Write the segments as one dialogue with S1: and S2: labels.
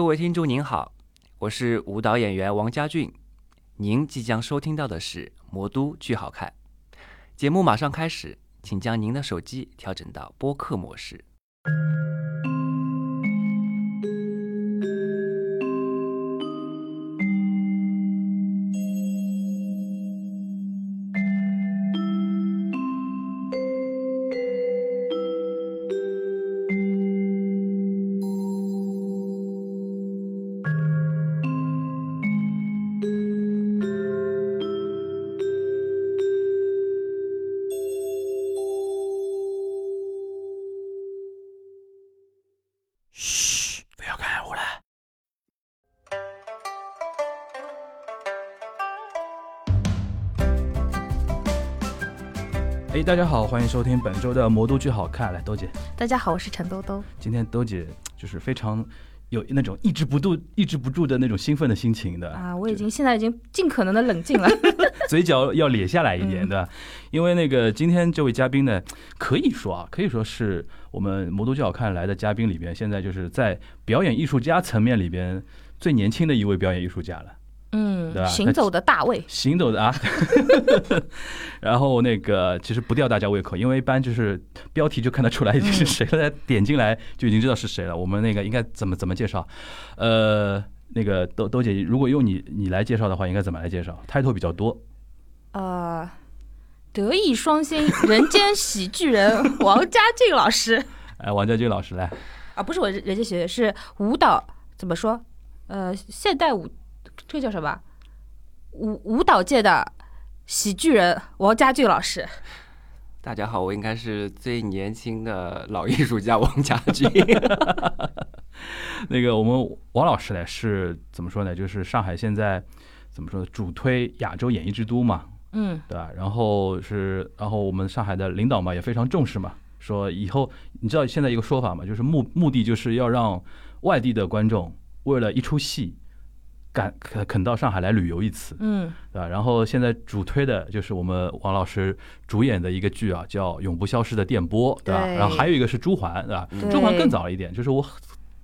S1: 各位听众您好，我是舞蹈演员王家俊。您即将收听到的是《魔都剧好看》节目，马上开始，请将您的手机调整到播客模式。
S2: 嘘，不要看我了。哎，大家好，欢迎收听本周的《魔都剧好看》。来，兜姐，
S3: 大家好，我是陈兜兜。
S2: 今天兜姐就是非常有那种抑制不住、抑制不住的那种兴奋的心情的
S3: 啊，我已经现在已经尽可能的冷 静了。
S2: 嘴角要咧下来一点，对吧？因为那个今天这位嘉宾呢，可以说啊，可以说是我们魔都剧好看来的嘉宾里边，现在就是在表演艺术家层面里边最年轻的一位表演艺术家了。
S3: 嗯
S2: 对啊，
S3: 行走的大卫，
S2: 行走的啊，然后那个其实不吊大家胃口，因为一般就是标题就看得出来已经是谁了，大家 点进来就已经知道是谁了。我们那个应该怎么怎么介绍？呃，那个兜兜姐，如果用你你来介绍的话，应该怎么来介绍？title 比较多，
S3: 呃，德艺双馨，人间喜剧人王家俊 老师
S2: 哎，王家军老师来，
S3: 啊，不是我人家学员，是舞蹈怎么说？呃，现代舞这叫什么？舞舞蹈界的喜剧人王家俊老师。
S1: 大家好，我应该是最年轻的老艺术家王家 俊。
S2: 那个我们王老师呢是怎么说呢？就是上海现在怎么说呢？主推亚洲演艺之都嘛，
S3: 嗯，
S2: 对吧？然后是，然后我们上海的领导嘛也非常重视嘛，说以后你知道现在一个说法嘛，就是目目的就是要让外地的观众为了一出戏赶肯肯到上海来旅游一次，
S3: 嗯，
S2: 对吧？然后现在主推的就是我们王老师主演的一个剧啊，叫《永不消失的电波》，对吧？
S3: 对
S2: 然后还有一个是《朱环》，对吧？
S3: 对
S2: 朱环更早了一点，就是我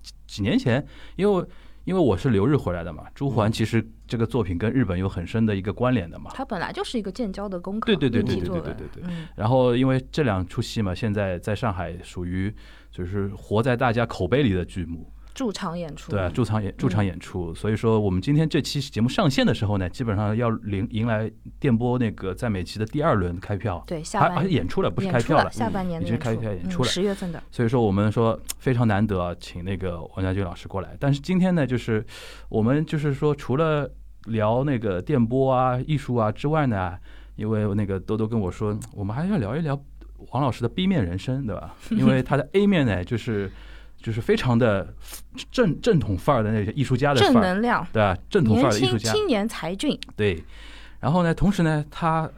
S2: 几几年前，因为我因为我是留日回来的嘛，朱环其实这个作品跟日本有很深的一个关联的嘛。
S3: 他本来就是一个建交的功课，
S2: 对对对
S3: 立
S2: 对
S3: 体
S2: 对
S3: 作
S2: 对
S3: 文
S2: 对对对。
S3: 嗯，
S2: 然后因为这两出戏嘛，现在在上海属于就是活在大家口碑里的剧目，
S3: 驻场演出，
S2: 对，啊驻场演驻
S3: 嗯
S2: 场演出。所以说我们今天这期节目上线的时候呢，基本上要迎迎来电波那个在美琪的第二轮开票，
S3: 对，下
S2: 还
S3: 半
S2: 还演出了，不是开
S3: 演出
S2: 票了
S3: 了，。下半年的
S2: 已经
S3: 演出嗯
S2: 开票演出了
S3: 十、月份的，
S2: 所以说我们说非常难得啊，请那个王家军老师过来。但是今天呢，就是我们就是说除了聊那个电波啊、艺术啊之外呢，因为那个多多跟我说，我们还要聊一聊王老师的 B 面人生，对吧？因为他的 A 面呢，就是就是非常的正正统范儿的那些艺术家的
S3: 正
S2: 范儿，
S3: 能量，
S2: 对吧？正统范儿
S3: 年
S2: 的艺术家，
S3: 轻青年才俊，
S2: 对。然后呢，同时呢，他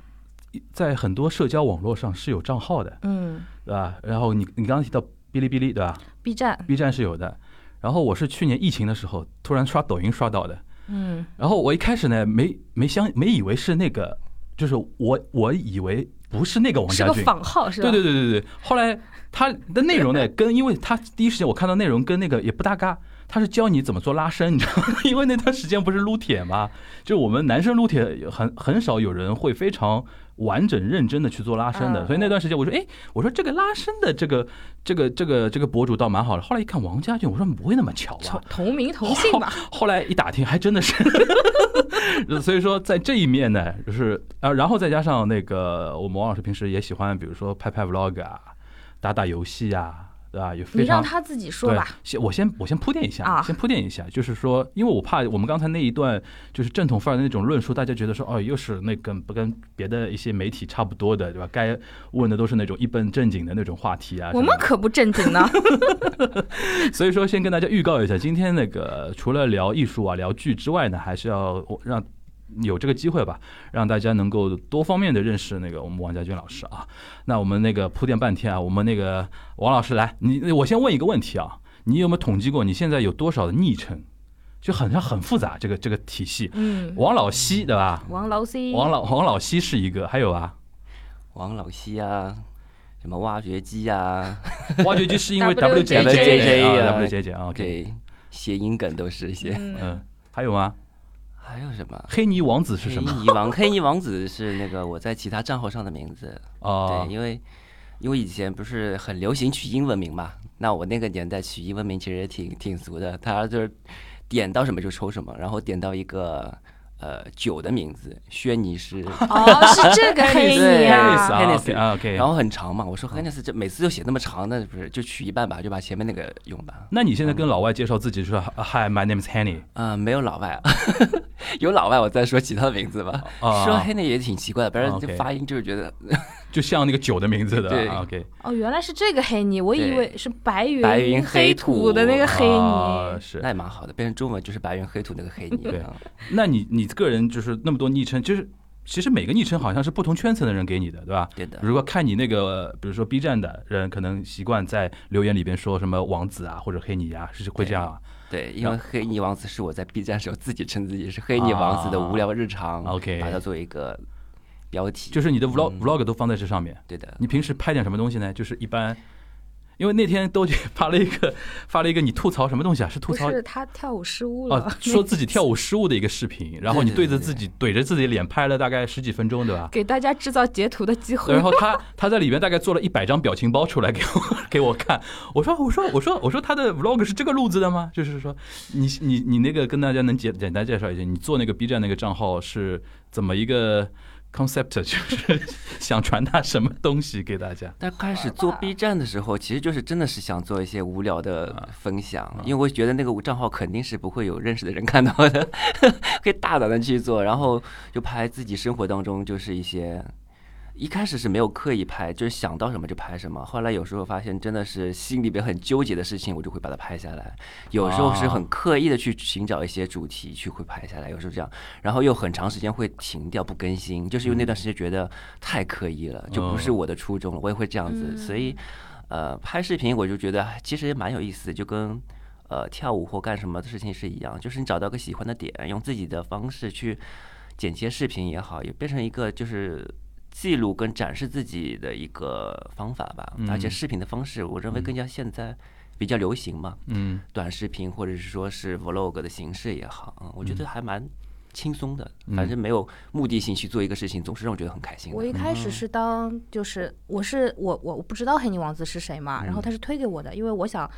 S2: 在很多社交网络上是有账号的，
S3: 嗯
S2: 对吧？然后你你刚刚提到哔哩哔哩，对吧？
S3: ，B 站，
S2: B 站是有的。然后我是去年疫情的时候突然刷抖音刷到的，
S3: 嗯，
S2: 然后我一开始呢没没相没以为是那个，就是我我以为不是那个王
S3: 是
S2: 家
S3: 个
S2: 俊，
S3: 仿号是吧？
S2: 对对对对对。后来他的内容 呢跟因为他第一时间我看到内容跟那个也不搭嘎。他是教你怎么做拉伸，你知道吗？ 因为那段时间不是撸铁嘛，就我们男生撸铁很很少有人会非常完整认真的去做拉伸的，
S3: 嗯
S2: 所以那段时间我说，哎，我说这个拉伸的这个这个这个这个博主倒蛮好的。后来一看王家俊，我说不会那么巧吧
S3: 同？同名同姓嘛，
S2: 后来一打听，还真的是。 所以说，在这一面呢，就是呃，然后再加上那个我们王老师平时也喜欢，比如说拍拍 vlog 啊，打打游戏啊，对吧？也
S3: 你
S2: 非
S3: 让
S2: 常。
S3: 他自己说
S2: 对
S3: 吧。，
S2: 先我先我先铺垫一下，
S3: 啊
S2: 先铺垫一下，就是说，因为我怕我们刚才那一段就是正统范儿的那种论述，大家觉得说哦，又是那跟不跟别的一些媒体差不多的，对吧？该问的都是那种一本正经的那种话题啊。什
S3: 我
S2: 么的
S3: 们可不正经呢，
S2: 所以说，先跟大家预告一下，今天那个除了聊艺术啊、聊剧之外呢，还是要让有这个机会吧，让大家能够多方面的认识那个我们王家军老师啊。那我们那个铺垫半天啊，我们那个王老师来，你我先问一个问题啊，你有没有统计过你现在有多少的昵称？就很像很复杂这个这个体系。
S3: 嗯，
S2: 王老西对吧？
S3: 王老 C，
S2: 王老王老西是一个，还有啊，
S1: 王老西啊，什么挖掘机啊，
S2: 挖掘机是因
S1: 嗯
S2: 为
S3: WJJ
S2: WJJ 啊
S1: 啊
S2: WJJ 啊，OK。
S1: 对，谐音梗都是一些。
S3: 嗯，
S2: 嗯，还有吗？
S1: 还有什么？
S2: 黑泥王子是什么
S1: 黑泥王，黑泥王子是那个我在其他账号上的名字。
S2: 啊
S1: 对，？因为因为以前不是很流行取英文名嘛，那我那个年代取英文名其实也挺挺俗的，他就是点到什么就抽什么，然后点到一个呃酒的名字，轩尼诗，
S3: 哦， 是这个黑
S1: 对
S3: 你
S1: 呀
S3: 啊，
S2: 啊
S1: Hennessy
S2: ，OK 啊 OK
S1: 然。后很长嘛，我说 Hennessy 这每次都写那么长，那不是就取一半吧，就把前面那个用了。
S2: 那你现在跟老外介绍自己说，Hi, my name is Henny。
S1: 啊、没有老外啊， 有老外我再说其他的名字吧。
S2: 啊
S1: 说 Henny 也挺奇怪的，反正这
S2: OK
S1: 发音就是觉得
S2: 就像那个酒的名字的。
S1: 对
S2: 啊 OK，
S3: 哦，原来是这个黑你，我以
S1: 对
S3: 为是白云
S1: 白云黑
S3: 黑
S1: 土
S3: 的那个黑
S2: 啊
S3: 你。
S2: 是
S1: 那。也蛮好的，变成中文就是白云黑土那个黑泥
S2: 对
S1: 啊。
S2: 那你你个人就是那么多昵称，就是其实每个昵称好像是不同圈层的人给你的，对吧？
S1: 对的，
S2: 如果看你那个，比如说 B 站的人，可能习惯在留言里边说什么王子啊，或者黑你啊，是会这样啊
S1: 对，因为黑泥王子是我在 B 站时候自己称自己是黑泥王子的无聊日常、
S2: 啊，OK
S1: 把它作为一个标题。
S2: 就是你的 vlog、
S1: 嗯
S2: vlog 都放在这上面。
S1: 对的，
S2: 你平时拍点什么东西呢？就是一般，因为那天都发了一个发了一个你吐槽什么东西啊？是吐
S3: 不
S2: 槽
S3: 是他跳舞失误
S2: 哦
S3: 了，，
S2: 说自己跳舞失误的一个视频，然后你对着自己怼着自己脸拍了大概十几分钟，对吧？
S3: 给大家制造截图的机会
S2: 然。后他他在里面大概做了一百张表情包出来给我 给我看，我说我说我说我说他的 vlog 是这个路子的吗？就是说你你你那个跟大家能简简单介绍一下，你做那个 B 站那个账号是怎么一个 concept，就是 想传达什么东西给大家？
S1: 但开始做 B 站的时候，其实就是真的是想做一些无聊的分享，因为我觉得那个账号肯定是不会有认识的人看到的， 可以大胆的去做，然后就拍自己生活当中就是一些。一开始是没有刻意拍，就是想到什么就拍什么。后来有时候发现真的是心里边很纠结的事情，我就会把它拍下来。有时候是很刻意的去寻找一些主题去会拍下来，有时候这样，然后又很长时间会停掉不更新，就是因为那段时间觉得太刻意了，就不是我的初衷了。我也会这样
S3: 嗯
S1: 子，所以，呃，拍视频我就觉得哎其实也蛮有意思，就跟。呃，跳舞或干什么的事情是一样，就是你找到个喜欢的点，用自己的方式去剪切视频也好，也变成一个就是记录跟展示自己的一个方法吧。而且
S2: 嗯
S1: 视频的方式，我认为更加现在比较流行嘛。
S2: 嗯，
S1: 短视频或者是说是 vlog 的形式也好，嗯，我觉得还蛮轻松的，
S2: 嗯
S1: 反正没有目的性去做一个事情，总是让我觉得很开心
S3: 我
S1: 的。
S3: 一开始是当就是我是我我我不知道黑泥王子是谁嘛，然后他是推给我的，因为我想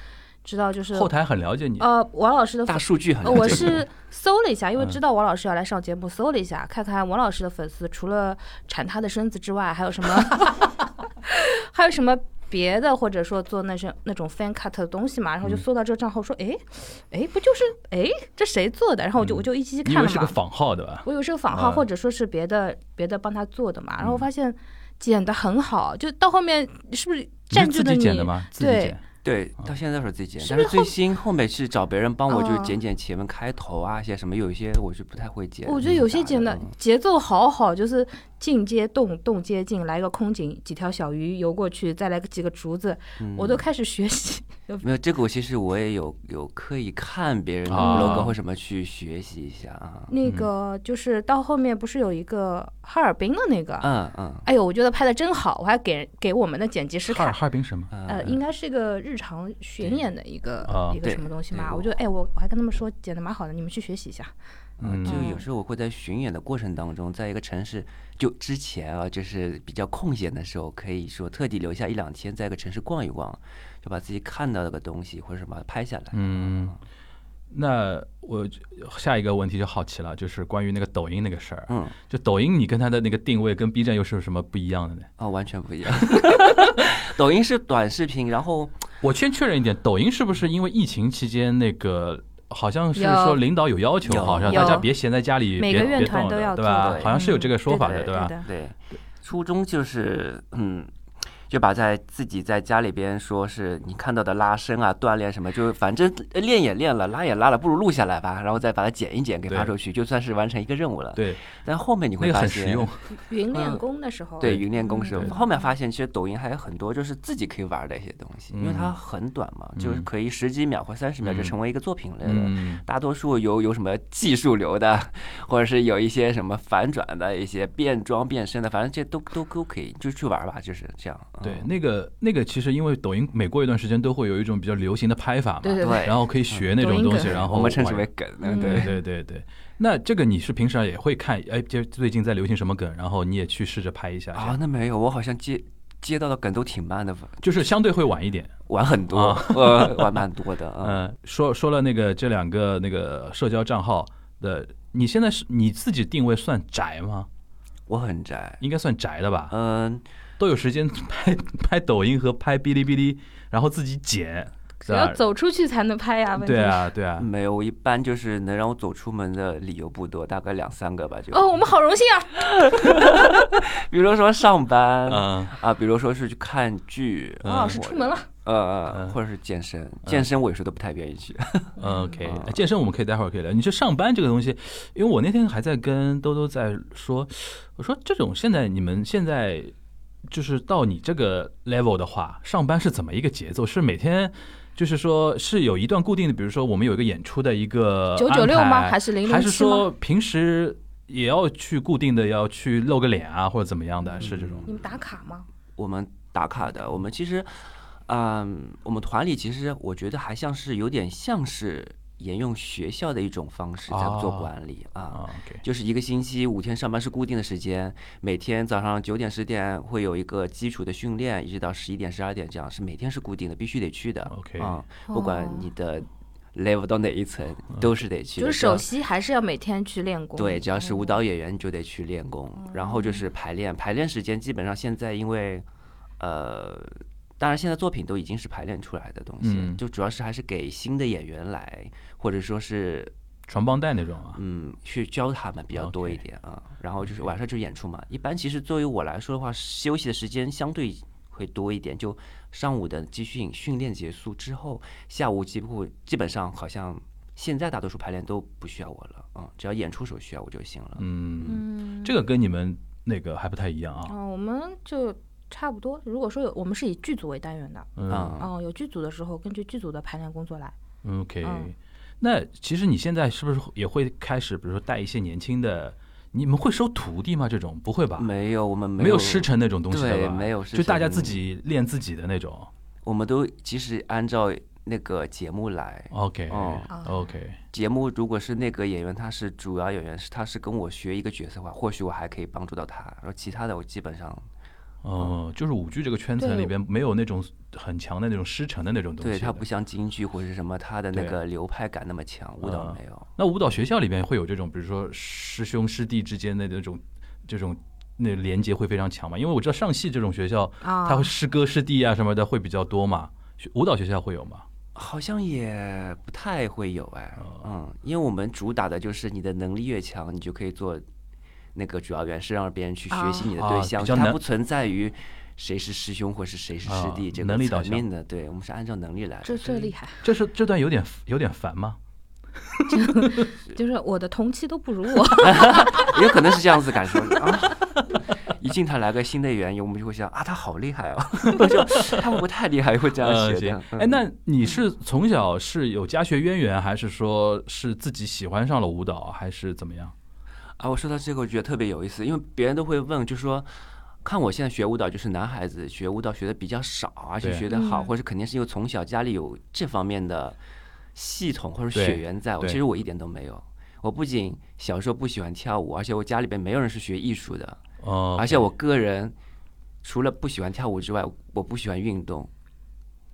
S3: 知道就是
S2: 嗯后台很了解你，
S3: 呃王老师的粉
S1: 大数据很
S3: 呃
S1: 了 解
S3: 我
S1: 你
S3: 是搜了一下，因为
S2: 嗯
S3: 知道王老师要来上节目，搜了一下看看王老师的粉丝除了铲他的身子之外，还有 什么还有什么。别的或者说做那些那种 fan cut 的东西嘛，然后就
S2: 嗯
S3: 搜到这个账号，说，哎，哎，不就是，哎，这谁做的？然后我就我就一期期
S2: 嗯你以
S3: 看
S2: 为
S3: 了
S2: 是个
S3: 嘛，
S2: 仿号对吧？
S3: 我有时候仿号
S2: 啊嗯
S3: 或者说是别的别的帮他做的嘛，然后发现剪的很好，就到后面是不是
S2: 你是
S3: 占
S2: 自
S3: 据了
S2: 己
S3: 你？
S2: 剪的吗？自己
S3: 对
S2: 剪。
S1: 对，
S2: 啊
S1: 到现在都是自己剪，
S3: 是
S1: 但
S3: 不
S1: 是
S3: 是
S1: 最新后面是找别人帮我，就
S3: 嗯
S1: 剪剪前面开头啊，一些什么，有一些我是不太会剪。
S3: 我觉得有些剪
S1: 简
S3: 的
S2: 嗯
S1: 单，
S3: 节奏好好，就是进阶动，动接近，来个空警，几条小鱼游过去，再来个几个竹子，我
S2: 嗯
S3: 都开始学习。
S1: 嗯没有这个，我其实我也有有刻意看别人的
S2: 啊
S1: vlog 或什么去学习一下啊。
S2: 嗯
S3: 那个就是到后面不是有一个哈尔滨的那个，
S2: 啊
S1: 嗯嗯
S3: 哎呦，我觉得拍的真好，我还给人给我们的剪辑师
S2: 哈尔
S3: 看。
S2: 哈尔滨什么？
S3: 呃，
S1: 嗯，
S3: 应该是一个日常巡演的一个
S2: 啊
S3: 一个
S1: 对
S3: 什么东西嘛，
S1: 对
S3: 我觉得哎，我我还跟他们说剪的蛮好的，你们去学习一下。
S1: 嗯，
S2: 嗯
S1: 就有时候我会在巡演的过程当中，在一个城市，就之前啊，就是比较空闲的时候，可以说特地留下一两天，在一个城市逛一逛，就把自己看到的个东西或者什么拍下来。
S2: 嗯，那我就下一个问题就好奇了，就是关于那个抖音那个事儿。
S1: 嗯，
S2: 就抖音，你跟它的那个定位跟 B 站又是有什么不一样的呢？
S1: 哦，完全不一样。 抖音是短视频，然后
S2: 我先确认一点，抖音是不是因为疫情期间那个？好像是
S3: 有
S2: 说领导有要求，
S1: 有
S2: 好像
S3: 有
S2: 大家别闲在家里，
S3: 每
S2: 别
S3: 个乐
S2: 别
S3: 团
S2: 动
S3: 都
S2: 的
S3: 要
S2: 对
S3: 做
S2: 吧？
S1: 的
S2: 好像是有这个说法
S3: 对
S2: 的，
S3: 的
S2: 吧
S3: 对？啊的
S1: 对，初衷就是嗯。就把在自己在家里边说是你看到的拉伸啊、锻炼什么，就反正练也练了，拉也拉了，不如录下来吧，然后再把它剪一剪给发
S2: 对
S1: 出去，就算是完成一个任务了。
S2: 对，
S1: 但后面你
S2: 那
S1: 会
S2: 个
S1: 发
S2: 很
S1: 现，
S2: 实用。
S3: 云练
S1: 嗯
S3: 功的时候，
S1: 对云练功是
S2: 对
S1: 后面发现，其实抖音还有很多就是自己可以玩的一些东西，因为它很短嘛，就是
S2: 嗯
S1: 可以十几秒或三十秒就
S2: 嗯
S1: 成为一个作
S3: 呃
S1: 品类的。
S2: 嗯，
S1: 大多数有有什么技术流的，或者是有一些什么反转的、一些变装变身的，反正这都都都可以，就去玩吧，就是这样。嗯
S2: 对，那个那个其实因为抖音每过一段时间都会有一种比较流行的拍法嘛，
S3: 对对
S1: 对
S2: 然后可以学那种
S3: 抖音梗
S2: 东西，然后
S1: 我们称之
S2: 玩
S1: 为梗，
S3: 嗯
S2: 对
S1: 对
S2: 对对对，那这个你是平时也会看？哎，就最近在流行什么梗，然后你也去试着拍一下，这
S1: 啊，
S2: 样
S1: 那没有，我好像接接到的梗都挺慢的，
S2: 就是相对会晚一点。
S1: 玩很多，
S2: 啊
S1: 呃，玩蛮多的，嗯，
S2: 嗯，说说了那个这两个那个社交账号的，你现在是你自己定位算宅吗？
S1: 我很宅，
S2: 应该算宅的吧？
S1: 嗯，
S2: 都有时间拍拍抖音和拍哔哩哔哩，然后自己剪，是
S3: 要
S2: 吧？
S3: 走出去才能拍呀。问题
S2: 对
S3: 是
S2: 啊，对啊，
S1: 没有，我一般就是能让我走出门的理由不多，大概两三个吧，就，
S3: 哦，我们好荣幸啊！
S1: 比如说上班
S2: 嗯
S1: 啊，比如说是去看剧，
S2: 嗯
S3: 王老哦师出门了，
S1: 呃呃，
S2: 嗯
S1: 或者是健身，健身我有时候都不太愿意去，
S2: OK，
S3: 嗯
S1: 啊
S2: 哎健身我们可以待会儿可以聊。你这上班这个东西，因为我那天还在跟兜兜在说，我说这种现在你们现在就是到你这个 level 的话，上班是怎么一个节奏？是每天就是说是有一段固定的，比如说我们有一个演出的一个
S3: 996
S2: 安排
S3: 吗还是007吗
S2: 还是说平时也要去固定的要去露个脸啊，或者怎么样的？是这种
S3: 你们打卡吗？
S1: 我们打卡的，我们其实，嗯，我们团里其实我觉得还像是有点像是沿用学校的一种方式在做
S2: 啊
S1: 管理啊。
S2: 啊？OK，
S1: 就是一个星期五天上班是固定的时间，每天早上九点十点会有一个基础的训练，一直到十一点十二点这样，是每天是固定的，必须得去的。
S2: OK
S1: 嗯，
S3: 哦
S1: 不管你的 level 到哪一层，
S2: 嗯
S1: 都是得去的。
S3: 就是
S1: 只要
S3: 首席还是要每天去练功。哦
S1: 对，只要
S3: 嗯
S1: 是舞蹈演员你就得去练功，然后就是排练，排练时间基本上现在因为，呃，当然现在作品都已经是排练出来的东西，
S2: 嗯
S1: 就主要是还是给新的演员来，或者说是
S2: 传帮带那种啊。
S1: 嗯去教他们比较多一
S2: OK
S1: 点啊。然后就是晚上就演出嘛，一般其实作为我来说的话，休息的时间相对。会多一点，就上午的集训训练结束之后，下午几乎基本上好像现在大多数排练都不需要我了，嗯，只要演出时候需要我就行了。
S2: 嗯，
S3: 嗯，
S2: 这个跟你们那个还不太一样啊。
S3: 嗯、我们就差不多。如果说有，我们是以剧组为单元的，
S2: 嗯。
S1: 啊，
S3: 嗯、有剧组的时候根据剧组的排练工作来。
S2: OK，、
S3: 嗯
S2: 那其实你现在是不是也会开始，比如说带一些年轻的？你们会收徒弟吗？这种不会吧？
S1: 没有，我们
S2: 没有师，承那种东西的
S1: 对
S2: 吧？
S1: 没有师
S2: 就大家
S1: 承
S2: 自己练自己的那种。
S1: 我们都其实按照那个节目来。
S2: OK，OK，、
S1: 哦节目如果是那个演员他是主要演员，是他是跟我学一个角色的话，或许我还可以帮助到他。然后其他的我基本上
S2: 哦，就是舞剧这个圈层
S3: 对
S2: 里边没有那种很强的那种师承的那种东西
S1: 对
S2: 的。
S1: 他不像京剧或者是什么，他的那
S2: 对
S1: 个流派感那么强，舞蹈
S2: 嗯
S1: 没有。
S2: 那舞蹈学校里边会有这种，比如说师兄师弟之间的那种这种那连接会非常强吗？因为我知道上戏这种学校，
S3: 啊，
S2: 他会师哥师弟啊什么的会比较多嘛。学舞蹈学校会有吗？
S1: 好像也不太会有哎，
S2: 哦
S1: 嗯，因为我们主打的就是你的能力越强，你就可以做那个主要员，是让别人去学习你的
S2: 啊
S1: 对
S2: 啊
S1: 象，
S2: 比较
S1: 它
S2: 能
S1: 不存在于谁是师兄或是谁是师弟
S2: 啊
S1: 这个
S2: 能力导
S1: 层面的。对，我们是按照能力来的。
S3: 这最厉害，
S2: 这是这段有点有点烦吗？
S3: 就是我的同期都 不如我。
S1: 也有可能是这样子感受的啊。 一进他来个新的演员，我们就会想啊，他好厉害哦， 就他们不太厉害，会这样嗯
S2: 呃，
S1: 觉得。
S2: 哎，那你是从小是有家学渊源，还是说是自己喜欢上了舞蹈，还是怎么样？
S1: 啊，我说到这个，我觉得特别有意思，因为别人都会问，就说看我现在学舞蹈，就是男孩子学舞蹈学的比较少，而且
S2: 对
S1: 学得好，
S3: 嗯
S1: 或者肯定是因为从小家里有这方面的系统或者血
S2: 对
S1: 缘在。我
S2: 对
S1: 其实我一点都没有，我不仅小时候不喜欢跳舞，而且我家里边没有人是学艺术的，
S2: 哦，
S1: 而且我个人除了不喜欢跳舞之外，我不喜欢运动，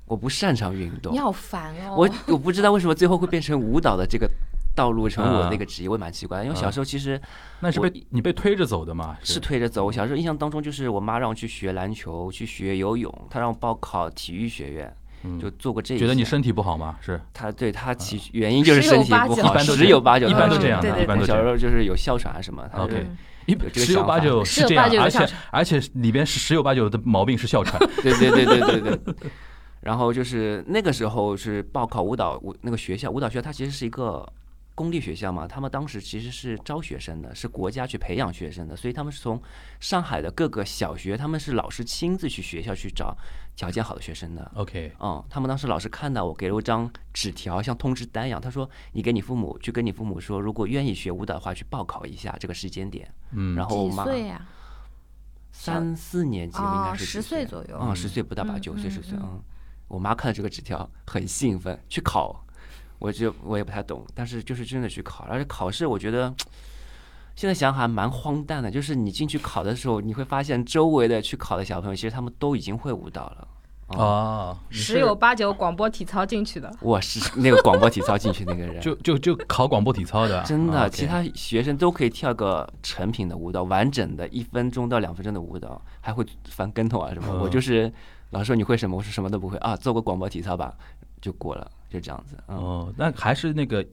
S1: 我不擅长运动
S3: 你。好烦哦！
S1: 我我不知道为什么最后会变成舞蹈的这个道路成为我
S2: 啊
S1: 那个职业，我也蛮奇怪的。因为
S2: 啊
S1: 小时候其实
S2: 那是
S1: 我
S2: 被你被推着走的嘛？
S1: 是推着走。我小时候印象当中，就是我妈让我去学篮球，去学游泳，她让我报考体育学院，
S2: 嗯
S1: 就做过这一
S2: 觉得你
S1: 项
S2: 身体不好吗？是
S1: 她对她其原因就是身体不
S3: 十有
S1: 好，
S3: 八
S2: 九
S1: 十有八九，
S2: 一般都这样
S3: 的一
S2: 般都这
S1: 小
S2: 样
S1: 时候就是有哮喘啊什么。她就是
S2: OK
S3: 嗯
S2: 一
S1: 有这个
S2: 十有
S1: 想法
S2: 八九是这
S3: 十有八
S2: 样
S3: 九，有
S2: 而
S3: 哮
S2: 且而且里边是十有八九的毛病是哮 喘。
S1: 对对对对对对。然后就是那个时候是报考舞蹈舞那个学校，舞蹈学校它其实是一个公立学校嘛，他们当时其实是招学生的，是国家去培养学生的，所以他们是从上海的各个小学，他们是老师亲自去学校去找条件好的学生的。
S2: OK，
S1: 嗯，他们当时老师看到我给了我张纸条，像通知单一样，他说你给你父母去跟你父母说，如果愿意学舞蹈的话，去报考一下这个时间点。
S2: 嗯
S1: 然后我
S3: 几
S1: 妈
S3: 岁呀？
S1: 三四年级应
S3: 啊，
S1: 该是
S3: 十
S1: 几
S3: 岁左右，
S1: 嗯，十岁不到吧，
S3: 嗯
S1: 九岁
S3: 嗯
S1: 十岁，
S3: 嗯
S1: 嗯，我妈看到这个纸条很兴奋，去考，我就我也不太懂，但是就是真的去考，而且考试我觉得现在想还蛮荒诞的，就是你进去考的时候，你会发现周围的去考的小朋友，其实他们都已经会舞蹈了。嗯
S2: 啊，你是
S3: 十有八九广播体操进去的。
S1: 我是 那个广播体操进去那个人，
S2: 就就就考广播体操的，
S1: 真
S2: 啊
S1: 的，
S2: ，OK
S1: 其他学生都可以跳个成品的舞蹈，完整的一分钟到两分钟的舞蹈，还会翻跟头啊什么。
S2: 嗯
S1: 我就是老师说你会什么，我说什么都不会啊，做个广播体操吧，就过了，就这样子。嗯，
S2: 哦，那还是那个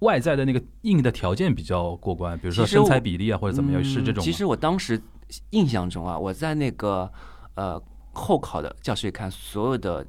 S2: 外在的那个硬的条件比较过关，比如说
S1: 其实
S2: 身
S1: 我
S2: 材比例啊，或者怎么样，是这种吗。
S1: 其实我当时印象中啊，我在那个呃后考的教室里看，所有的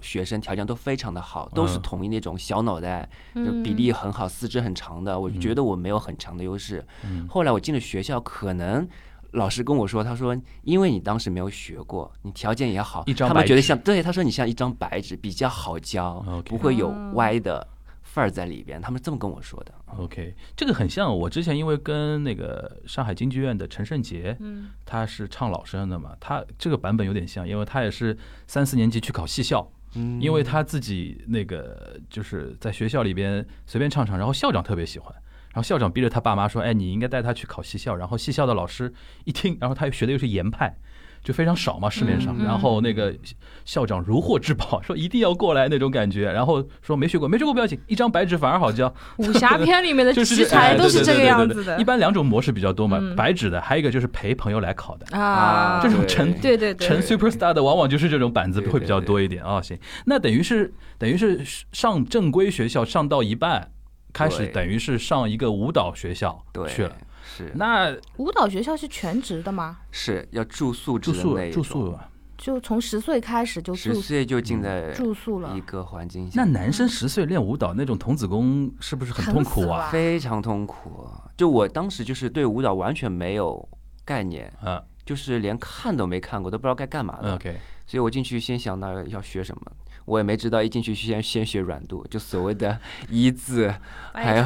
S1: 学生条件都非常的好，都是
S2: 嗯
S1: 统一那种小脑袋，就比例很好，四肢很长的。我就觉得我没有很强的优势。
S2: 嗯
S1: 后来我进了学校，可能老师跟我说，他说因为你当时没有学过，你条件也好，
S2: 一张
S1: 他们
S2: 白
S1: 觉得
S2: 纸
S1: 像对，他说你像一张白纸，比较好教
S2: OK
S1: 啊不会有
S3: 哦
S1: 歪的范儿在里边。他们这么跟我说的。
S2: OK，这个很像我之前因为跟那个上海京剧院的陈胜杰，
S3: 嗯
S2: 他是唱老生的嘛，他这个版本有点像，因为他也是三四年级去考戏校，
S1: 嗯
S2: 因为他自己那个就是在学校里边随便唱唱，然后校长特别喜欢。然后校长逼着他爸妈说：“哎，你应该带他去考戏校。”然后戏校的老师一听，然后他又学的又是严派，就非常少嘛市面上。
S3: 嗯嗯
S2: 然后那个校长如获至宝，说一定要过来那种感觉。然后说没学过，没学过不要紧，一张白纸反而好教。
S3: 武侠片里面的
S2: 就是
S3: 题材都是这个样
S2: 哎
S3: 子
S2: 对对对对
S3: 的
S2: 对一般两种模式比较多嘛，
S3: 嗯
S2: 白纸的，还有一个就是陪朋友来考的。
S3: 啊，
S2: 这种
S1: 对
S2: 程
S3: 对对
S2: 成
S3: 对，
S2: super star 的往往就是这种板子
S1: 对
S2: 会比较
S1: 对对
S2: 多一点啊。行，那等于是等于是上正规学校上到一半，开始
S1: 对
S2: 等于是上一个舞蹈学校
S1: 对
S2: 去了。。
S1: 是
S2: 那
S3: 舞蹈学校是全职的吗？
S1: 是要住宿制
S2: 住
S1: 的
S2: 宿
S1: 那一
S2: 住
S1: 种，嗯
S2: 宿啊，
S3: 就从十岁开始就
S1: 十
S3: 住
S1: 岁就进在
S3: 住宿了
S1: 一，个环境下
S2: 那，男生十岁练舞蹈那种童子功是不是很痛苦啊？
S3: 吧
S1: 非常痛苦。就我当时就是对舞蹈完全没有概念，
S2: 啊嗯
S1: 就是连看都没看过，都不知道该干嘛的。
S2: ，OK，
S1: 所以我进去先想到要学什么，我也没知道。一进去先先学软度，就所谓 的一字，还有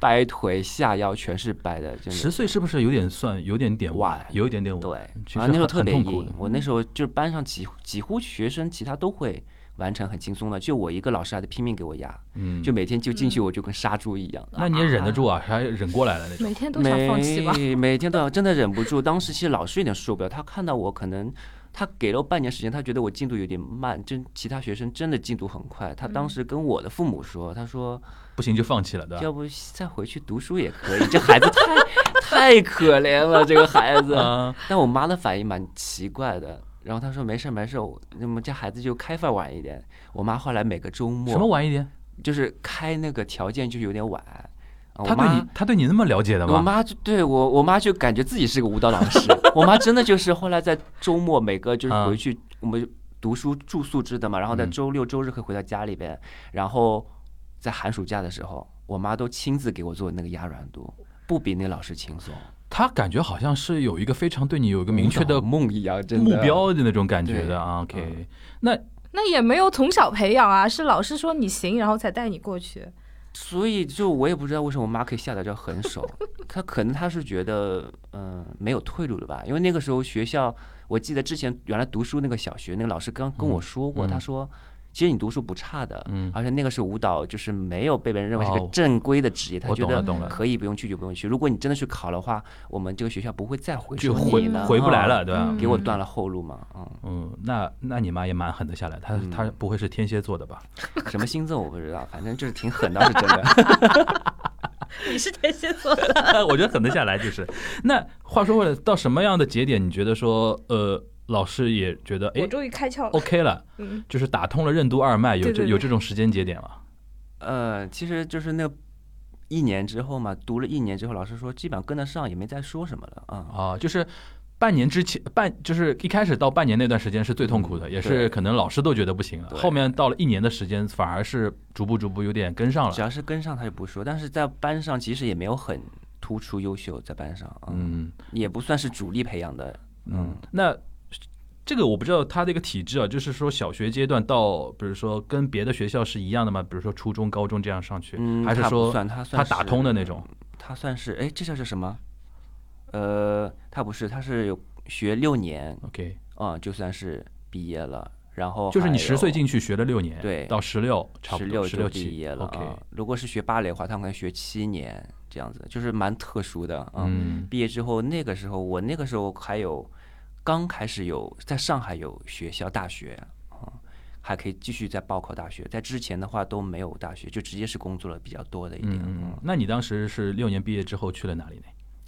S1: 掰腿、下腰，全是掰的，真
S2: 十
S1: 的。
S2: 岁是不是有点算有点点
S1: 晚
S2: 有一点点晚？
S1: 对，
S2: 其实
S1: 啊，那时候
S2: 很
S1: 特别
S2: 很痛苦的嗯
S1: 硬。我那时候就是班上几乎几乎学生其他都会完成很轻松的，就我一个老师还得拼命给我压，
S2: 嗯，
S1: 就每天就进去我就跟杀猪一样。
S2: 那你也忍得住啊，还忍过来了那种。
S3: 每天都想
S1: 每
S3: 放弃吧？
S1: 每天都要真的忍不住。当时其实老师有点受不了，他看到我可能他给了我半年时间，他觉得我进度有点慢，真其他学生真的进度很快。他当时跟我的父母说，他说
S2: 不行就放弃了，嗯对吧？
S1: 要不再回去读书也可以，这孩子太太可怜了，这个孩子。
S2: 啊，
S1: 但我妈的反应蛮奇怪的。然后她说没事儿没事儿，我那么这孩子就开饭晚一点。我妈后来每个周
S2: 什么
S1: 末
S2: 晚一点？
S1: 就是开那个条件就有点晚。啊
S2: 他
S1: 我妈
S2: 对你，他对你那么了解的
S1: 我
S2: 吗？
S1: 妈就对我，我妈就感觉自己是个舞蹈老师。我妈真的就是后来在周末每个就是
S2: 啊
S1: 回去，我们读书住宿制的嘛，然后在
S2: 嗯
S1: 周六周日可以回到家里边，然后在寒暑假的时候，我妈都亲自给我做那个压软度，不比那老师轻松，
S2: 他感觉好像是有一个非常对你有一个明确
S1: 舞
S2: 的
S1: 蹈梦一样，真的
S2: 目标的那种感觉
S1: 对
S2: 的啊。OK，
S1: 嗯
S2: 那
S3: 那也没有从小培养啊，是老师说你行，然后才带你过去。
S1: 所以就我也不知道为什么我妈可以下得这狠手，她可能她是觉得嗯、没有退路了吧，因为那个时候学校，我记得之前原来读书那个小学那个老师刚跟我说过，
S2: 嗯
S1: 他说。其实你读书不差的，
S2: 嗯
S1: 而且那个时候舞蹈就是没有被别人认为是个
S2: 哦
S1: 正规的职业，他
S2: 我
S1: 觉
S2: 懂了，
S1: 得
S2: 懂了，
S1: 可以不用去就不用去。如果你真的去考的话，我们这个学校不会再回
S2: 就
S1: 收
S2: 回
S1: 你的
S2: 回不来
S1: 嗯
S2: 了，对吧？
S1: 给我断了后路嘛。嗯，
S2: 嗯，那那你妈也蛮狠的下来，她
S1: 嗯
S2: 她不会是天蝎座的吧？
S1: 什么星座我不知道，反正就是挺狠的， 是真的。
S3: 你是天蝎座，
S2: 我觉得狠得下来就是。 那话说回来，到什么样的节点，你觉得说呃，老师也觉得
S3: 我
S2: 哎
S3: 终于开窍了。
S2: OK 了，
S3: 嗯，
S2: 就是打通了任督二脉，有
S3: 对
S2: 这
S3: 对
S2: 有
S3: 对
S2: 这种时间节点了。
S1: 呃，其实就是那一年之后嘛，读了一年之后，老师说基本上跟得上，也没再说什么了啊。
S2: 啊，就是半年之前半，就是一开始到半年那段时间是最痛苦的，也是
S1: 对
S2: 可能老师都觉得不行了。
S1: 对
S2: 后面到了一年的时间，反而是逐步逐步有点跟上
S1: 只
S2: 了。嗯
S1: 要是跟上他就不说，但是在班上其实也没有很突出优秀，在班上，嗯，
S2: 嗯
S1: 也不算是主力培养的，
S2: 嗯
S1: 嗯，
S2: 那。这个我不知道他的一个体制啊，就是说小学阶段到，比如说跟别的学校是一样的吗？比如说初中、高中这样上去，
S1: 嗯，
S2: 还是
S1: 他不
S2: 说
S1: 算他
S2: 他
S1: 算
S2: 打
S1: 是嗯
S2: 通的那种？
S1: 他算是哎，这叫是什么？呃，他不是，他是有学六年，
S2: OK，
S1: 嗯，就算是毕业了。然后
S2: 就是你
S1: 还
S2: 十岁
S1: 有
S2: 进去学了六年，
S1: 对
S2: 到十六差不
S1: 十
S2: 多
S1: 六
S2: 十
S1: 就
S2: 六
S1: 毕
S2: 七
S1: 业了啊
S2: OK，。
S1: 如果是学芭蕾的话，他们可能学七年这样子，就是蛮特殊的啊。
S2: 嗯
S1: 毕业之后，那个时候我那个时候还有刚开始有在上海有学校大学啊，还可以继续再报考大学。在之前的话都没有大学，就直接是工作了比较多的一点。
S2: 嗯嗯，那你当时是六年毕业之后去了哪里呢？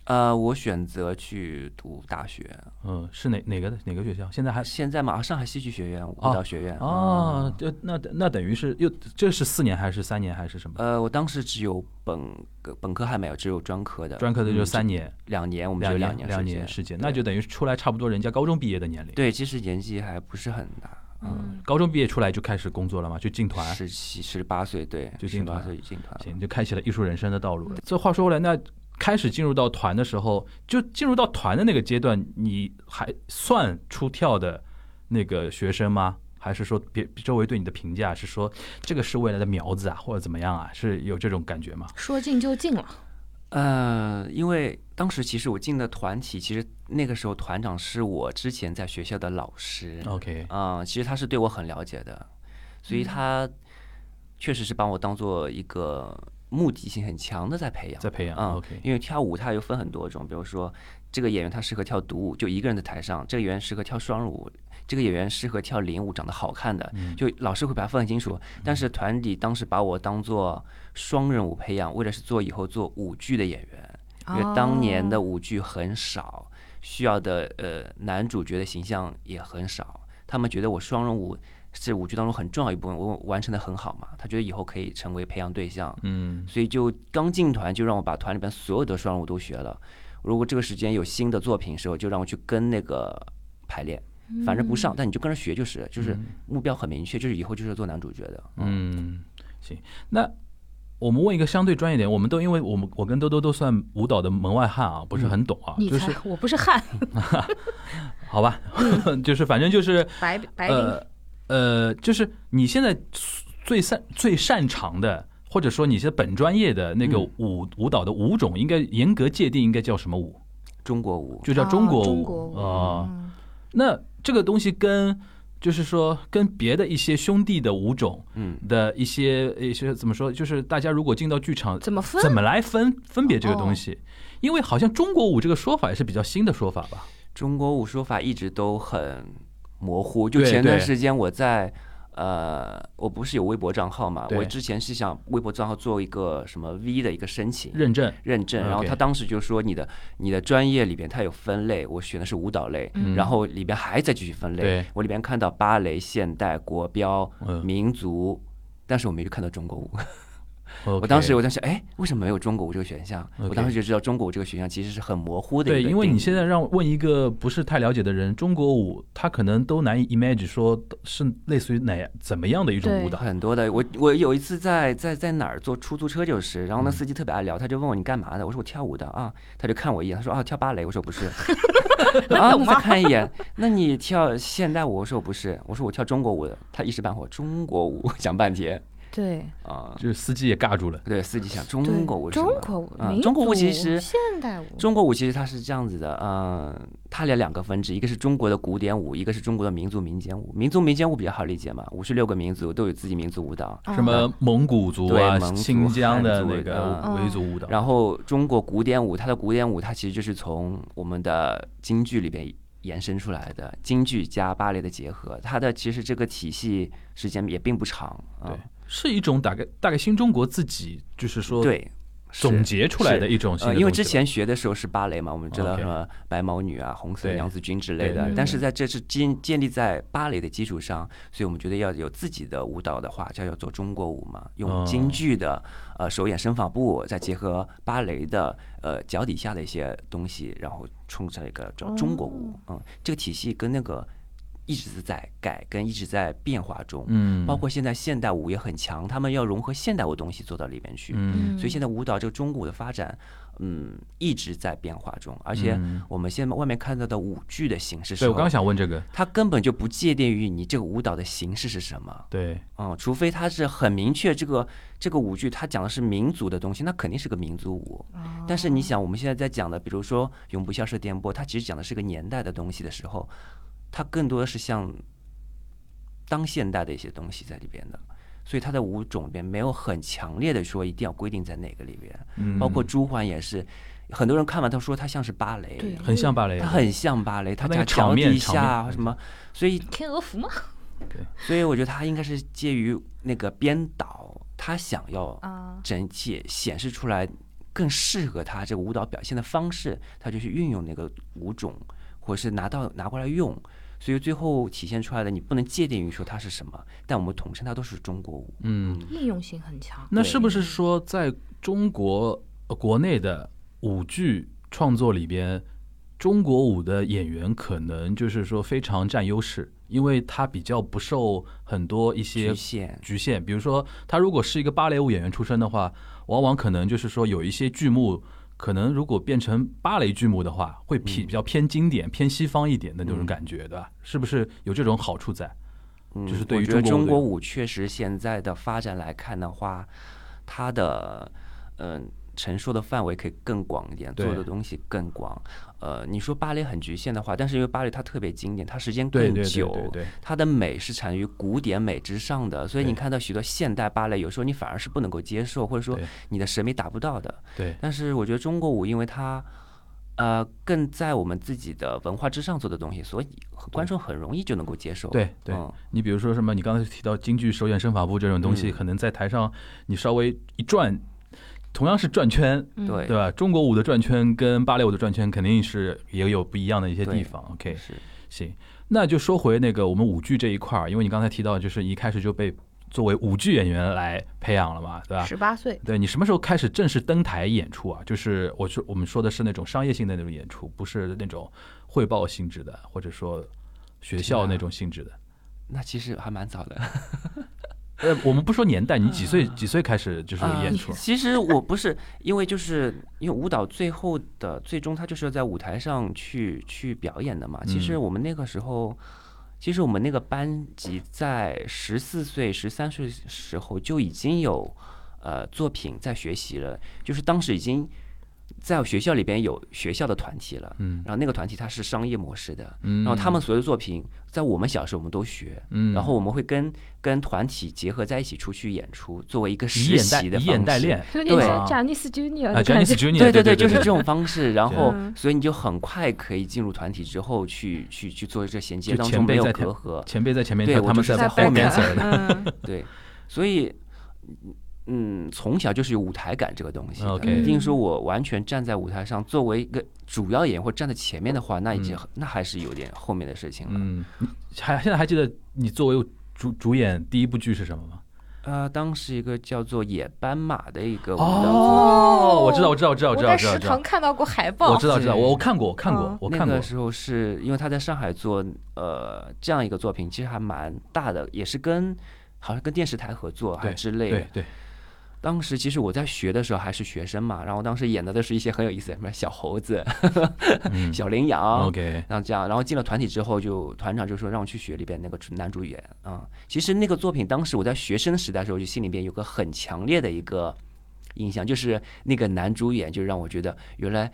S1: 呃，我选择去读大学，
S2: 嗯，是哪哪个哪个学校？现在还
S1: 现在嘛，啊上海戏剧学院舞
S2: 哦
S1: 蹈学院。嗯
S2: 哦，
S1: 啊
S2: 就那那等于是又这是四年还是三年还是什么？
S1: 呃，我当时只有本科本科还没有，只有专科的。
S2: 专科的就是
S1: 嗯
S2: 三年，
S1: 两年，我们只有
S2: 年
S1: 年
S2: 两
S1: 时
S2: 年
S1: 间。
S2: 时间，
S1: 对
S2: 那就等于是出来差不多人家高中毕业的年龄。
S1: 对，其实年纪还不是很大，
S3: 嗯，
S2: 高中毕业出来就开始工作了嘛，就进团，
S1: 十七、十八岁，对，
S2: 就
S1: 十
S2: 进
S1: 八
S2: 团
S1: 岁进团了。
S2: 行，就开启了艺术人生的道路了。这话说回来，那开始进入到团的时候，就进入到团的那个阶段，你还算出跳的那个学生吗？还是说别周围对你的评价是说这个是未来的苗子啊，或者怎么样啊？是有这种感觉吗？
S3: 说进就进了，
S1: 呃，因为当时其实我进的团体，其实那个时候团长是我之前在学校的老师，
S2: OK，
S3: 呃
S1: 嗯，其实他是对我很了解的，所以
S2: 嗯
S1: 他确实是把我当做一个目的性很强的在培养
S2: 在。培养。
S1: 嗯
S2: OK，
S1: 因为跳舞它有分很多种，比如说这个演员他适合跳独舞，就一个人在台上；这个演员适合跳双人舞，这个演员适合跳领舞，长得好看
S2: 嗯
S1: 的，就老师会把它分很清楚。但是团里当时把我当做双人舞培养，为的是做以后做舞剧的演员，因为当年
S3: 哦
S1: 的舞剧很少，需要的呃男主角的形象也很少，他们觉得我双人舞。是舞剧当中很重要一部分，我完成的很好嘛，他觉得以后可以成为培养对象，
S2: 嗯
S1: 所以就刚进团就让我把团里边所有的双人舞都学了。如果这个时间有新的作品的时候，就让我去跟那个排练，
S3: 嗯
S1: 反正不上，但你就跟着学就是，就是目标很明确，就是以后就是做男主角的。
S2: 嗯，行，那。我们问一个相对专业点，我们都因为我们我跟兜兜都算舞蹈的门外汉啊，不是很懂啊，
S3: 嗯你
S2: 就是
S3: 才我不是汉，
S2: 好吧， 就是反正就是
S3: 白嗯白领
S2: 呃呃，就是你现在最擅最擅长的，或者说你现在本专业的那个
S1: 嗯
S2: 舞、舞蹈的舞种，应该严格界定应该叫什么舞？
S1: 中国舞，
S2: 就叫
S3: 啊
S2: 中国
S3: 中
S2: 舞
S3: 国舞
S2: 啊
S3: 嗯
S2: 那这个东西跟就是说跟别的一些兄弟的舞种
S1: 嗯，
S2: 的一些一些怎么说，就是大家如果进到剧场。
S3: 怎么分？
S2: 怎么来分分别这个东西？
S1: 哦
S2: 因为好像中国舞这个说法也是比较新的说法吧？
S1: 中国舞说法一直都很模糊。就
S2: 对
S1: 前段
S2: 对
S1: 时间我在。呃，我不是有微博账号嘛？
S2: 对
S1: 我之前是想微博账号做一个什么 V 的一个申请，
S2: 认证
S1: 认证，然后
S2: 嗯 OK
S1: 他当时就说你的你的专业里边它有分类，我选的是舞蹈类，
S2: 嗯
S1: 然后里边还在继续分类
S2: 对，
S1: 我里边看到芭蕾、现代、国标、
S2: 嗯
S1: 民族，但是我没有看到中国舞。
S2: 我
S1: 我当时我在想，哎，为什么没有中国舞这个选项？
S2: OK
S1: 我当时就知道中国舞这个选项其实是很模糊的一
S2: 对，
S1: 个
S2: 因为你
S1: 定义
S2: 现在让问一个不是太了解的人，中国舞他可能都难以 imagine 说是类似于哪怎么样的一种舞蹈。
S1: 很多的，我我有一次在在在哪儿坐出租车就是，然后那
S3: 嗯
S1: 司机特别爱聊，他就问我你干嘛的，我说我跳舞的啊，他就看我一眼，他说啊跳芭蕾，我说不 是，啊那再看一眼，那你跳现代舞，我说我不是，我说我跳中国舞的，他一时半会儿中国舞 想半天
S3: 对
S1: 啊，
S2: 就是司机也尬住了，
S1: 对，司机想
S3: 对
S1: 中国舞是什
S3: 中
S1: 么？
S3: 国舞
S1: 啊
S3: 民
S1: 中国舞
S3: 族
S1: 其实
S3: 现代舞
S1: 中国舞其实它是这样子的，嗯，它有两个分支，一个是中国的古典舞，一个是中国的民族民间舞。民族民间舞比较好理解嘛，五十六个民族都有自己民族舞蹈，
S3: 哦
S2: 什么蒙古族啊
S1: 啊对蒙、古
S2: 新疆的
S1: 汉族
S2: 那个
S3: 嗯
S2: 维族舞蹈，
S1: 然后中国古典舞，它的古典舞它其实就是从我们的京剧里边延伸出来的，京剧加芭蕾的结合。它的其实这个体系时间也并不长啊
S2: 对。是一种大概大概新中国自己就是说
S1: 对，是
S2: 总结出来的一种新
S1: 呃，
S2: 的东西吧哦
S1: 因为之前学的时候是芭蕾嘛，我们知道
S2: OK
S1: 什么白毛女啊、红色
S2: 对
S1: 娘子军之类
S2: 对
S1: 的
S3: 对，
S1: 但是在这是建建立在芭蕾的基础上，所以我们觉得要有自己的舞蹈的话，就要做中国舞嘛，用
S2: 哦
S1: 京剧的呃手眼身法步，再结合芭蕾的呃脚底下的一些东西，然后冲成一个叫中国舞。嗯，这个体系跟那个一直在改，跟一直在变化中。
S2: 嗯，
S1: 包括现在现代舞也很强，他们要融合现代舞东西做到里面去。
S2: 嗯，
S1: 所以现在舞蹈这个中古的发展，嗯，一直在变化中，而且
S2: 嗯
S1: 我们现在外面看到的舞剧的形式时
S2: 对
S1: 候，
S2: 我刚想问这个，
S1: 它根本就不界定于你这个舞蹈的形式是什么，
S2: 对，
S1: 嗯，除非它是很明确这个这个舞剧它讲的是民族的东西，那肯定是个民族舞。
S3: 哦
S1: 但是你
S2: 哦
S1: 想，我们现在在讲的，比如说《永不消逝的电波》，它其实讲的是个年代的东西的时候，它更多的是像当现代的一些东西在里边的，所以它的舞种里边没有很强烈的说一定要规定在哪个里边。
S2: 嗯
S1: 包括朱环也是，很多人看完他说他像是芭蕾，
S2: 很像芭蕾
S1: 它，很像芭蕾，它
S2: 那个
S1: 讲
S2: 场
S1: 脚
S2: 面
S1: 底
S2: 场
S1: 下
S2: 面
S1: 啊什么，所以
S3: 天鹅湖嘛，
S1: 所以我觉得他应该是介于那个编导他想要
S3: 啊，
S1: 整体显示出来更适合他这个舞蹈表现的方式，他就去运用那个舞种，或者是拿到拿过来用。所以最后体现出来的，你不能界定于说它是什么，但我们统称它都是中国舞。
S2: 嗯，
S3: 应用性很强。
S2: 那是不是说在中国、呃国内的舞剧创作里边，中国舞的演员可能就是说非常占优势，因为他比较不受很多一些
S1: 局限，
S2: 局限，比如说他如果是一个芭蕾舞演员出身的话，往往可能就是说有一些剧目，可能如果变成芭蕾剧目的话，会
S1: 嗯
S2: 偏比较偏经典、偏西方一点的那种感觉，对吧？是不是有这种好处在？
S1: 嗯，
S2: 就是对于
S1: 我觉得
S2: 中
S1: 中
S2: 国
S1: 国
S2: 舞
S1: 舞确实现在的发展来看的话，它的嗯、承受的范围可以更广一点，
S2: 对
S1: 做的东西更广。呃，你说芭蕾很局限的话，但是因为芭蕾它特别经典，它时间
S2: 对
S1: 更
S2: 对对
S1: 久，
S2: 对对，
S1: 它的美是产于古典美之上的，所以
S2: 对
S1: 你看到许多现代芭蕾，有时候你反而是不能够接受，或者说
S2: 对
S1: 你的审美达不到的。
S2: 对，
S1: 但是我觉得中国舞，因为它呃更在我们自己的文化之上做的东西，所以观众很容易就能够接受。
S2: 对对
S1: 嗯
S2: 你比如说什么，你刚才提到京剧手眼身法步这种东西，
S1: 嗯
S2: 可能在台上你稍微一转，同样是转圈，
S3: 嗯
S1: 对
S2: 对吧？中国舞的转圈跟芭蕾舞的转圈肯定是也有不一样的一些地
S1: 对
S2: 方。OK，
S1: 是
S2: 行，那就说回那个我们舞剧这一块儿，因为你刚才提到，就是一开始就被作为舞剧演员来培养了嘛，对吧？
S3: 十八岁，
S2: 对你什么时候开始正式登台演出啊？就是我说我们说的是那种商业性的那种演出，不是那种汇报性质的，或者说学
S1: 啊
S2: 校那种性质的。
S1: 那其实还蛮早的。
S2: 呃，我们不说年代，你几
S1: 嗯
S2: 岁几岁开始就是
S1: 啊
S2: 演出？
S1: 其实我不是，因为就是因为舞蹈最后的最终，它就是要在舞台上去去表演的嘛。其实
S2: 嗯
S1: 我们那个时候，其实我们那个班级在十四岁、十三岁时候就已经有呃作品在学习了，就是当时已经在学校里边有学校的团体了。
S2: 嗯
S1: 然后那个团体它是商业模式的，
S2: 嗯，
S1: 然后他们所有的作品在我们小时候我们都学，
S2: 嗯，
S1: 然后我们会跟跟团体结合在一起出去演出，作为一个
S2: 以
S1: 实
S2: 眼代
S1: 习的
S2: 以
S1: 方
S2: 眼代
S1: 式。
S2: 练
S3: 有点像
S2: 啊
S3: Janice Junior
S2: 啊
S3: 的感
S2: ，Janice
S3: 觉。
S2: Junior，
S1: 对
S2: 对
S1: 对，就是这种方式。然后
S3: 嗯，
S1: 所以你就很快可以进入团体之后去去去做这衔接
S2: 就
S1: 当
S2: 前
S1: 中
S2: 辈
S1: 没有
S2: 在
S1: 隔
S2: 跳
S1: 阂。
S2: 前辈在前面
S1: 对
S2: 跳，
S1: 我
S2: 他
S1: 就
S2: 们
S1: 是在
S2: 在后面
S1: back
S2: 走的。
S3: 嗯，
S1: 对，所以嗯，从小就是有舞台感这个东西的。
S2: OK
S1: 一定说我完全站在舞台上，作为一个主要演员或站在前面的话，那已经、那还是有点后面的事情了。
S2: 嗯，你还现在还记得你作为主主演第一部剧是什么吗？
S1: 呃，当时一个叫做《野斑马》的一个舞蹈作品。
S2: 哦我知道，我知道，我知道，我
S3: 我
S2: 知道，
S3: 在
S2: 我知道，
S3: 食
S2: 我知道
S3: 堂，看到过海
S2: 我
S3: 报，
S2: 知道，知道，
S1: 对
S2: 我我看过，我看过
S3: 嗯，
S2: 我看
S1: 哦那
S2: 过
S1: 个，时候是因为他在上海做呃这样一个作品，其实还蛮大的，也是跟好像跟电视台合作还
S2: 对
S1: 之类
S2: 对
S1: 的。
S2: 对，
S1: 当时其实我在学的时候还是学生嘛，然后当时演的都是一些很有意思的，什么小猴子、
S2: 嗯
S1: 小羚羊。
S2: ，OK，
S1: 然后这样，然后进了团体之后就，团长就说让我去学里边那个男主演啊、嗯其实那个作品，当时我在学生时代的时候，就心里边有个很强烈的一个印象，就是那个男主演，就让我觉得原来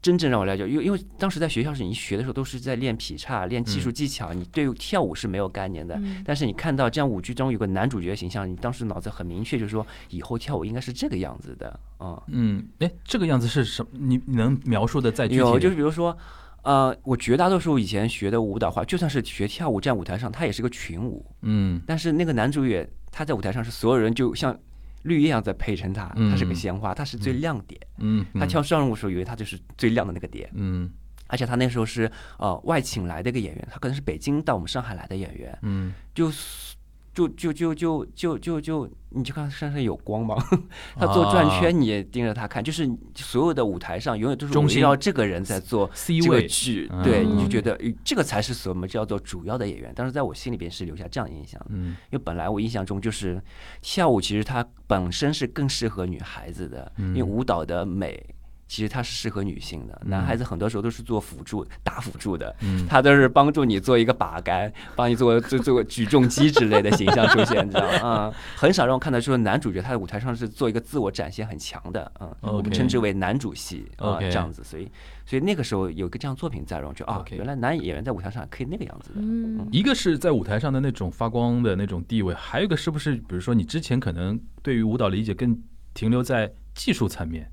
S1: 真正让我了解，因为因为当时在学校时，你学的时候都是在练劈叉、练技术技巧，你对跳舞是没有概念的。
S3: 嗯
S1: 但是你看到这样舞剧中有个男主角形象，你当时脑子很明确，就是说以后跳舞应该是这个样子的，嗯。
S2: 嗯，哎，这个样子是什么？你你能描述的再具体
S1: 有，
S2: 点？
S1: 就是比如说，呃，我绝大多数以前学的舞蹈话，就算是学跳舞站舞台上，它也是个群舞。
S2: 嗯
S1: 但是那个男主演他在舞台上是所有人就像绿叶一样在陪衬他，他是个
S2: 嗯
S1: 鲜花，他是最亮点。
S2: 嗯，
S1: 他
S2: 嗯，
S1: 跳上舞的时候，以为他就是最亮的那个点。
S2: 嗯
S1: 而且他那时候是呃外请来的一个演员，他可能是北京到我们上海来的演员，
S2: 嗯
S1: 就是就就就就就就就你就看身上有光芒， 他做转
S2: 啊
S1: 圈你也盯着他看，就是所有的舞台上永远都是
S2: 中
S1: 围
S2: 心
S1: 绕这个人在做
S2: C
S1: 这个
S2: 位，
S1: 剧
S2: 嗯，
S1: 对，你就觉得呃这个才是什么叫做主要的演员。但是在我心里边是留下这样的印象的，
S2: 嗯
S1: 因为本来我印象中就是跳舞，其实它本身是更适合女孩子的，因为
S2: 嗯
S1: 舞蹈的美其实它是适合女性的，男孩子很多时候都是做辅助、打辅助的，
S2: 嗯，
S1: 他都是帮助你做一个把杆，帮你做做做个举重机之类的形象出现，你知道吗？啊，很少让我看到说男主角他在舞台上是做一个自我展现很强的，嗯，我们
S2: OK
S1: 称之为男主戏啊
S2: OK
S1: 这样子，所以所以那个时候有一个这样作品在，让我觉得啊，
S2: OK
S1: 原来男演员在舞台上可以那个样子的，
S3: 嗯，
S2: 一个是在舞台上的那种发光的那种地位，还有一个是不是，比如说你之前可能对于舞蹈理解更停留在技术层面，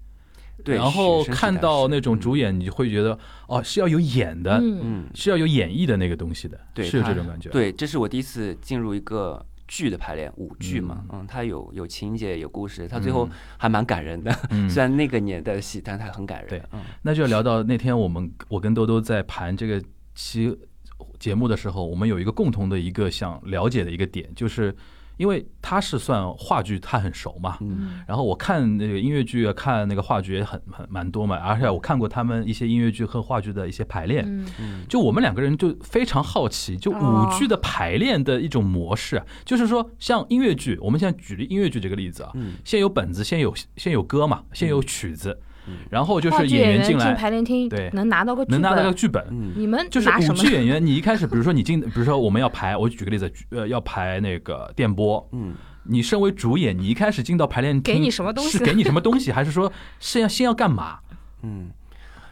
S1: 对，
S2: 然后
S1: 是是是
S2: 看
S1: 的
S2: 到
S1: 是
S2: 那种
S1: 嗯
S2: 主演，你会觉得哦是要有演的，
S3: 嗯
S1: 嗯，
S2: 是要有演绎的那个东西的，
S1: 对
S2: 是有
S1: 它
S2: 这种感觉，，
S1: 对，这是我第一次进入一个剧的排练，舞剧嘛，嗯，它有有情节，有故事，它最后
S2: 嗯
S1: 还蛮感人的。
S2: 嗯
S1: 虽然那个年代的戏，但它很感人。
S2: 对
S1: 嗯，
S2: 那就要聊到那天我们我跟兜兜在盘这个期节目的时候，我们有一个共同的一个想了解的一个点，就是因为他是算话剧，他很熟嘛。
S1: 嗯
S2: 然后我看那个音乐剧，啊看那个话剧也很很蛮多嘛，而且我看过他们一些音乐剧和话剧的一些排练，
S3: 嗯
S1: 嗯
S2: 就我们两个人就非常好奇，就舞
S3: 哦
S2: 剧的排练的一种模式啊，就是说像音乐剧，我们现在举例音乐剧这个例子啊，
S1: 嗯
S2: 先有本子，先有先有歌嘛，先有曲子，
S1: 嗯
S2: 然后就
S3: 话
S2: 是
S3: 剧
S2: 演
S3: 员
S2: 进来，
S3: 排练厅
S2: 对
S3: 能拿到个剧
S2: 能拿到个
S3: 本，
S2: 剧本。
S1: 嗯
S3: 你们
S2: 就是
S3: 拿什
S2: 舞
S3: 么？
S2: 剧演员，你一开始，比如说你进，比如说我们要排，我举个例子，呃，要排那个电波，
S1: 嗯，
S2: 你身为主演，你一开始进到排练厅，
S3: 给你什么东西
S2: 是给你什么东西，还是说是要先要干嘛？
S1: 嗯，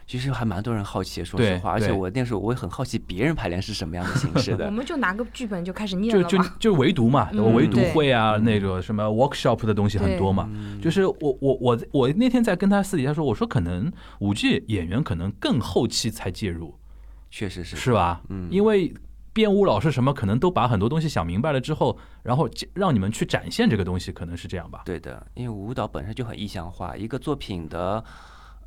S1: 其实还蛮多人好奇，说
S2: 对
S1: 实话，而且
S2: 对
S1: 我那时候我也很好奇别人排练是什么样的形式
S3: 我
S1: 的。
S3: 们就拿个剧本就开始念
S2: 就
S3: 了
S2: 就
S3: 嘛。
S2: 就唯独嘛，
S3: 嗯
S2: 我唯独
S3: 对
S2: 会啊，
S1: 嗯
S2: 那种什么 workshop 的东西很多嘛。就是我我我我那天在跟他私底下说，我说可能舞剧演员可能更后期才介入，
S1: 确实是，
S2: 是吧？
S1: 嗯
S2: 因为编舞老师什么可能都把很多东西想明白了之后，然后介让你们去展现这个东西，可能是这样吧。
S1: 对的，因为舞蹈本身就很意象化，一个作品的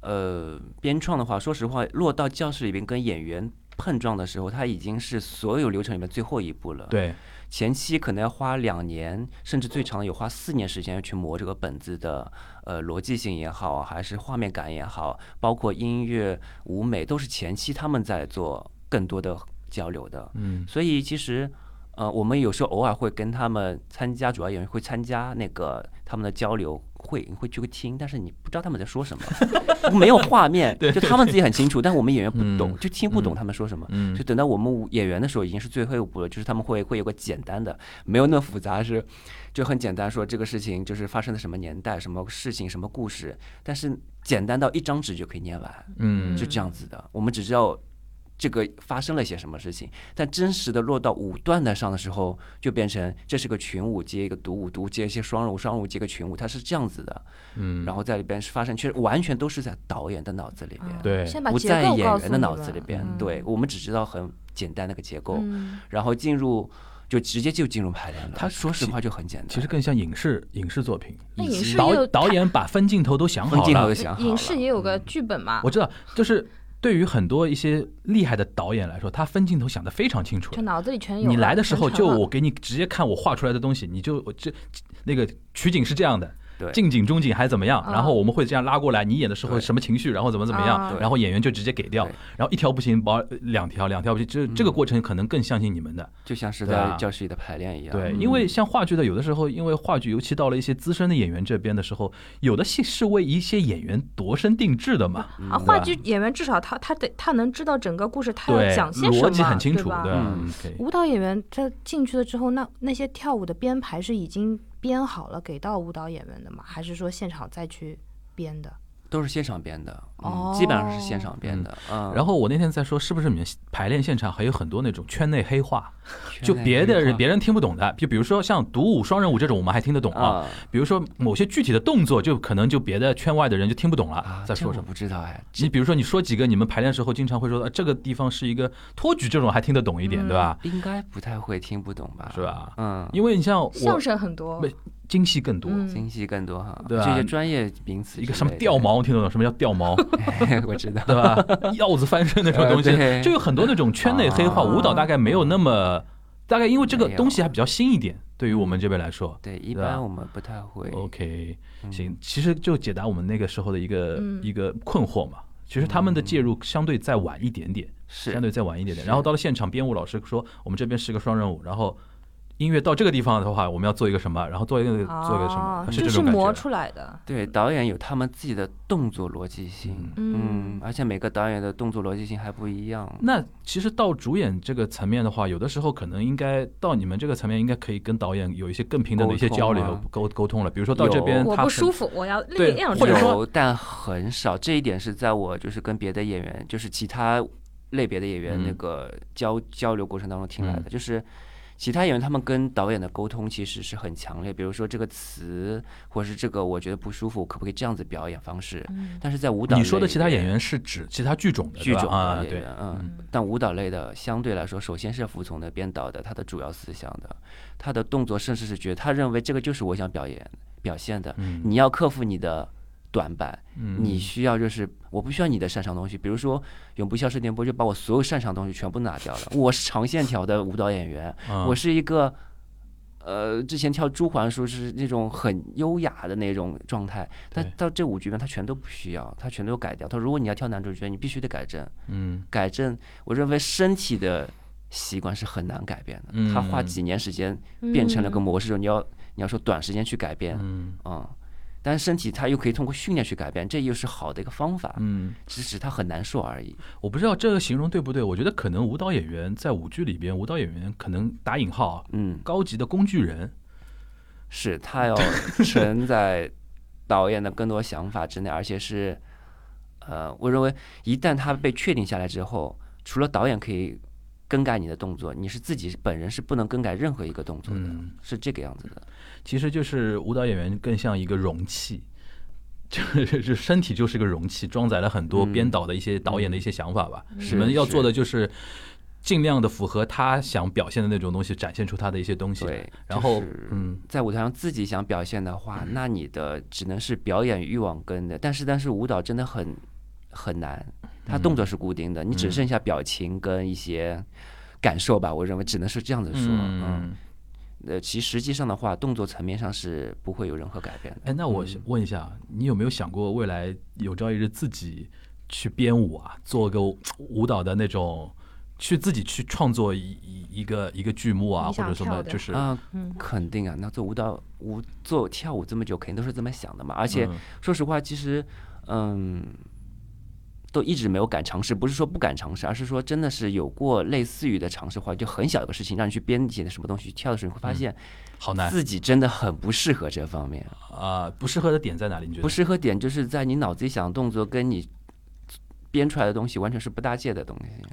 S1: 呃编创的话，说实话，落到教室里边跟演员碰撞的时候，它已经是所有流程里面最后一步了。
S2: 对，
S1: 前期可能要花两年，甚至最长的有花四年时间去磨这个本子的，呃，逻辑性也好，还是画面感也好，包括音乐、舞美，都是前期他们在做更多的交流的。
S2: 嗯
S1: 所以其实，呃，我们有时候偶尔会跟他们参加，主要演员会参加那个他们的交流会，你会去听，但是你不知道他们在说什么，没有画面，就他们自己很 清楚，但我们演员不懂，
S2: 嗯
S1: 就听不懂
S2: 嗯
S1: 他们说什么。
S2: 嗯
S1: 就等到我们舞演员的时候，已经是最后一步了，就是他们会会有个简单的，没有那么复杂，是就很简单说这个事情就是发生在什么年代、什么事情、什么故事，但是简单到一张纸就可以念完，
S2: 嗯
S1: 就这样子的。我们只知道这个发生了些什么事情，但真实的落到舞段的上的时候，就变成这是个群舞接一个独舞，独舞接一些双舞，双舞接一个群舞，它是这样子的。
S2: 嗯，
S1: 然后在里边是发生，确实完全都是在导演的脑子里边
S3: 啊。
S2: 嗯对
S3: 先把
S1: 不
S3: 结
S1: 在
S3: 构
S1: 演
S3: 告
S1: 员
S3: 诉
S1: 的
S3: 你
S1: 脑
S3: 们
S1: 子里边，
S3: 嗯
S1: 对我们只知道很简单那个结构，
S3: 嗯
S1: 然后进入就直接就进入排练了。
S2: 他
S1: 说实话就很简单，
S2: 其实更像影视影视作品，
S3: 那影视也
S2: 导
S3: 有
S2: 导演把分镜头都想
S1: 分
S2: 好
S1: 镜头
S2: 了嗯
S1: 就，想好
S3: 影视
S1: 了
S3: 也有个剧本嘛
S2: 我，知道，就是对于很多一些厉害的导演来说，他分镜头想得非常清楚
S3: 就。脑子里全有了。
S2: 你来的时候
S3: 全
S2: 就
S3: 程了
S2: 我给你直接看我画出来的东西，你就我这那个取景是这样的，
S1: 对
S2: 近景、中景还怎么样？
S3: 啊
S2: 然后我们会这样拉过来，你演的时候
S1: 对
S2: 什么情绪，然后怎么怎么
S3: 啊
S2: 样，
S1: 对
S2: 然后演员就直接给掉
S1: 对，
S2: 然后一条不行，保两条，两条不行，这这个
S1: 嗯
S2: 过程可能更相信你们的。
S1: 就像是
S2: 对啊
S1: 在教室里的排练一样。
S2: 对，
S1: 嗯
S2: 因为像话剧的，有的时候，因为话剧，尤其到了一些资深的演员这边的时候，有的戏是为一些演员度身定制的嘛。
S3: 啊，话剧演员至少他他得他能知道整个故事，他
S2: 对，
S3: 要讲些什
S2: 逻
S3: 么，
S2: 辑很清楚
S3: 对吧
S2: 的。
S1: 嗯
S2: ，OK
S3: 舞蹈演员他进去了之后，那那些跳舞的编排是已经编好了给到舞蹈演员的吗？还是说现场再去编的？
S1: 都是现场编的，嗯，基本上是现
S3: 哦
S1: 场编的。嗯，
S2: 然后我那天在说，是不是你们排练现场还有很多那种圈内黑话，就别的人别人听不懂的，就比如说像独舞、双人舞这种，我们还听得懂啊。
S1: 啊
S2: 比如说某些具体的动作，就可能就别的圈外的人就听不懂了
S1: 啊，，
S2: 在
S1: 这
S2: 说
S1: 我
S2: 什么。
S1: 不知道哎，这
S2: 你比如说，你说几个你们排练时候经常会说的，呃这个地方是一个托举，这种还听得懂一点，对吧？
S1: 应该不太会听不懂吧？
S2: 是吧？
S1: 嗯，
S2: 因为你像
S3: 相
S2: 我
S3: 声很多
S2: 没，精细更多，
S3: 嗯
S1: 精细更多哈，
S2: 对啊
S1: 这些专业名词
S2: 一个
S1: 之
S2: 什么
S1: 类的
S2: 掉， 毛，听得懂什么叫掉毛，
S1: 我知道。
S2: 对吧？ 鹞子翻身那种东
S1: 呃
S2: 西，
S1: 对
S2: 就有很多那种圈内黑化。
S1: 啊
S2: 舞蹈大概没有那么，大概因为这个
S1: 没有
S2: 东西还比较新一点，对于我们这边来说。
S1: 对，一
S2: 对吧
S1: 般我们不太会。
S2: OK，行，
S1: 嗯
S2: 其实就解答我们那个时候的一个、
S3: 嗯
S2: 一个困惑嘛。其实他们的介入相对再晚一点点，相
S1: 嗯是
S2: 对再晚一点点。
S1: 是
S2: 然后到了现场，编舞老师说我们这边是个双任务，然后音乐到这个地方的话，我们要做一个什么，然后做一个做一个什么
S3: 哦，，
S2: 是
S3: 就
S2: 这
S3: 是
S2: 种感
S3: 磨
S2: 觉。
S3: 出来的。
S1: 对导演有他们自己的动作逻辑性，嗯，而且每个导演的动作逻辑性还不一样。
S2: 那其实到主演这个层面的话，有的时候可能应该到你们这个层面，应该可以跟导演有一些更平等的一些
S1: 沟通
S2: 交流
S1: 啊、
S2: 沟沟通了。比如说到这
S1: 有
S2: 边，
S3: 我
S2: 他
S3: 不
S2: 可
S3: 舒服，我要
S2: 对
S3: 另一种
S2: 或者
S3: 程度
S2: 说
S1: 有，但很少。这一点是在我就是跟别的演员，就是其他类别的演员
S2: 嗯
S1: 那个交、交流过程当中听来的，
S2: 嗯
S1: 就是其他演员他们跟导演的沟通其实是很强烈，比如说这个词，或者是这个我觉得不舒服，可不可以这样子表演方式？
S3: 嗯
S1: 但是在舞蹈
S2: 你说的
S1: 类
S2: 其他演
S1: 的
S2: 员是指其他剧种的
S1: 剧
S2: 对吧
S1: 种
S2: 啊，
S1: 的演
S2: 对
S1: 员，，嗯。但舞蹈类的相对来说，首先是服从的编导的他的主要思想的，他的动作甚至是觉得他认为这个就是我想表演表现的，
S2: 嗯，
S1: 你要克服你的短板，
S2: 嗯
S1: 你需要就是我不需要你的擅长东西，比如说《永不消失电波》就把我所有擅长东西全部拿掉了。我是长线条的舞蹈演员，
S2: 嗯
S1: 我是一个呃之前跳朱环说是那种很优雅的那种状态，但
S2: 对
S1: 到这舞剧里面他全都不需要，他全都改掉。他说如果你要跳男主角，你必须得改正，
S2: 嗯
S1: 改正我认为身体的习惯是很难改变的，他花
S2: 嗯
S1: 几年时间变成了
S3: 嗯
S1: 个模式之后，你要你要说短时间去改变，
S2: 嗯
S1: 嗯，但是身体它又可以通过训练去改变，这又是好的一个方法，
S2: 嗯，
S1: 只是它很难受而已。
S2: 我不知道这个形容对不对，我觉得可能舞蹈演员在舞剧里边，舞蹈演员可能打引号啊
S1: 嗯，
S2: 高级的工具人，
S1: 是 它要承载导演的更多想法之内，而且是，呃，我认为一旦它被确定下来之后，除了导演可以更改你的动作，你是自己本人是不能更改任何一个动作的，
S2: 嗯
S1: 是这个样子的。
S2: 其实就是舞蹈演员更像一个容器。就是 就身体就是个容器，装载了很多
S1: 嗯
S2: 编导的一些、导演的一些想法吧。
S1: 是
S2: 你们要
S1: 是
S2: 做的就是尽量的符合他想表现的那种东西，展现出他的一些东西来。
S1: 对
S2: 然
S1: 就
S2: 后、
S1: 是
S2: 嗯，
S1: 在舞台上自己想表现的话，那你的只能是表演欲望跟的，但是但是舞蹈真的很很难，
S2: 嗯
S1: 它动作是固定的，你只剩下表情跟一些感受吧，我认为只能是这样子说，嗯，
S2: 嗯，
S1: 呃，其实际上的话，动作层面上是不会有任何改变的。
S2: 哎，那我
S1: 嗯
S2: 问一下，你有没有想过未来有朝一日自己去编舞啊，做个舞舞蹈的那种，去自己去创作一一一个一个剧目啊，
S3: 你
S2: 或
S3: 想
S2: 者什
S3: 跳
S2: 么，
S3: 的
S2: 就是
S1: 啊，
S3: 嗯
S1: 肯定啊，那做舞蹈舞做跳舞这么久，肯定都是这么想的嘛。而
S2: 而
S1: 且说实话，其实，嗯，都一直没有敢尝试，不是说不敢尝试，而是说真的是有过类似于的尝试的话，就很小一个事情，让你去编辑的什么东西，跳的时候你会发现
S2: 好难
S1: 自己真的很不适合这方面，
S2: 啊，不适合的点在哪里？你觉得？
S1: 不适合点就是在你脑子里想的动作跟你编出来的东西完全是不搭界的东西。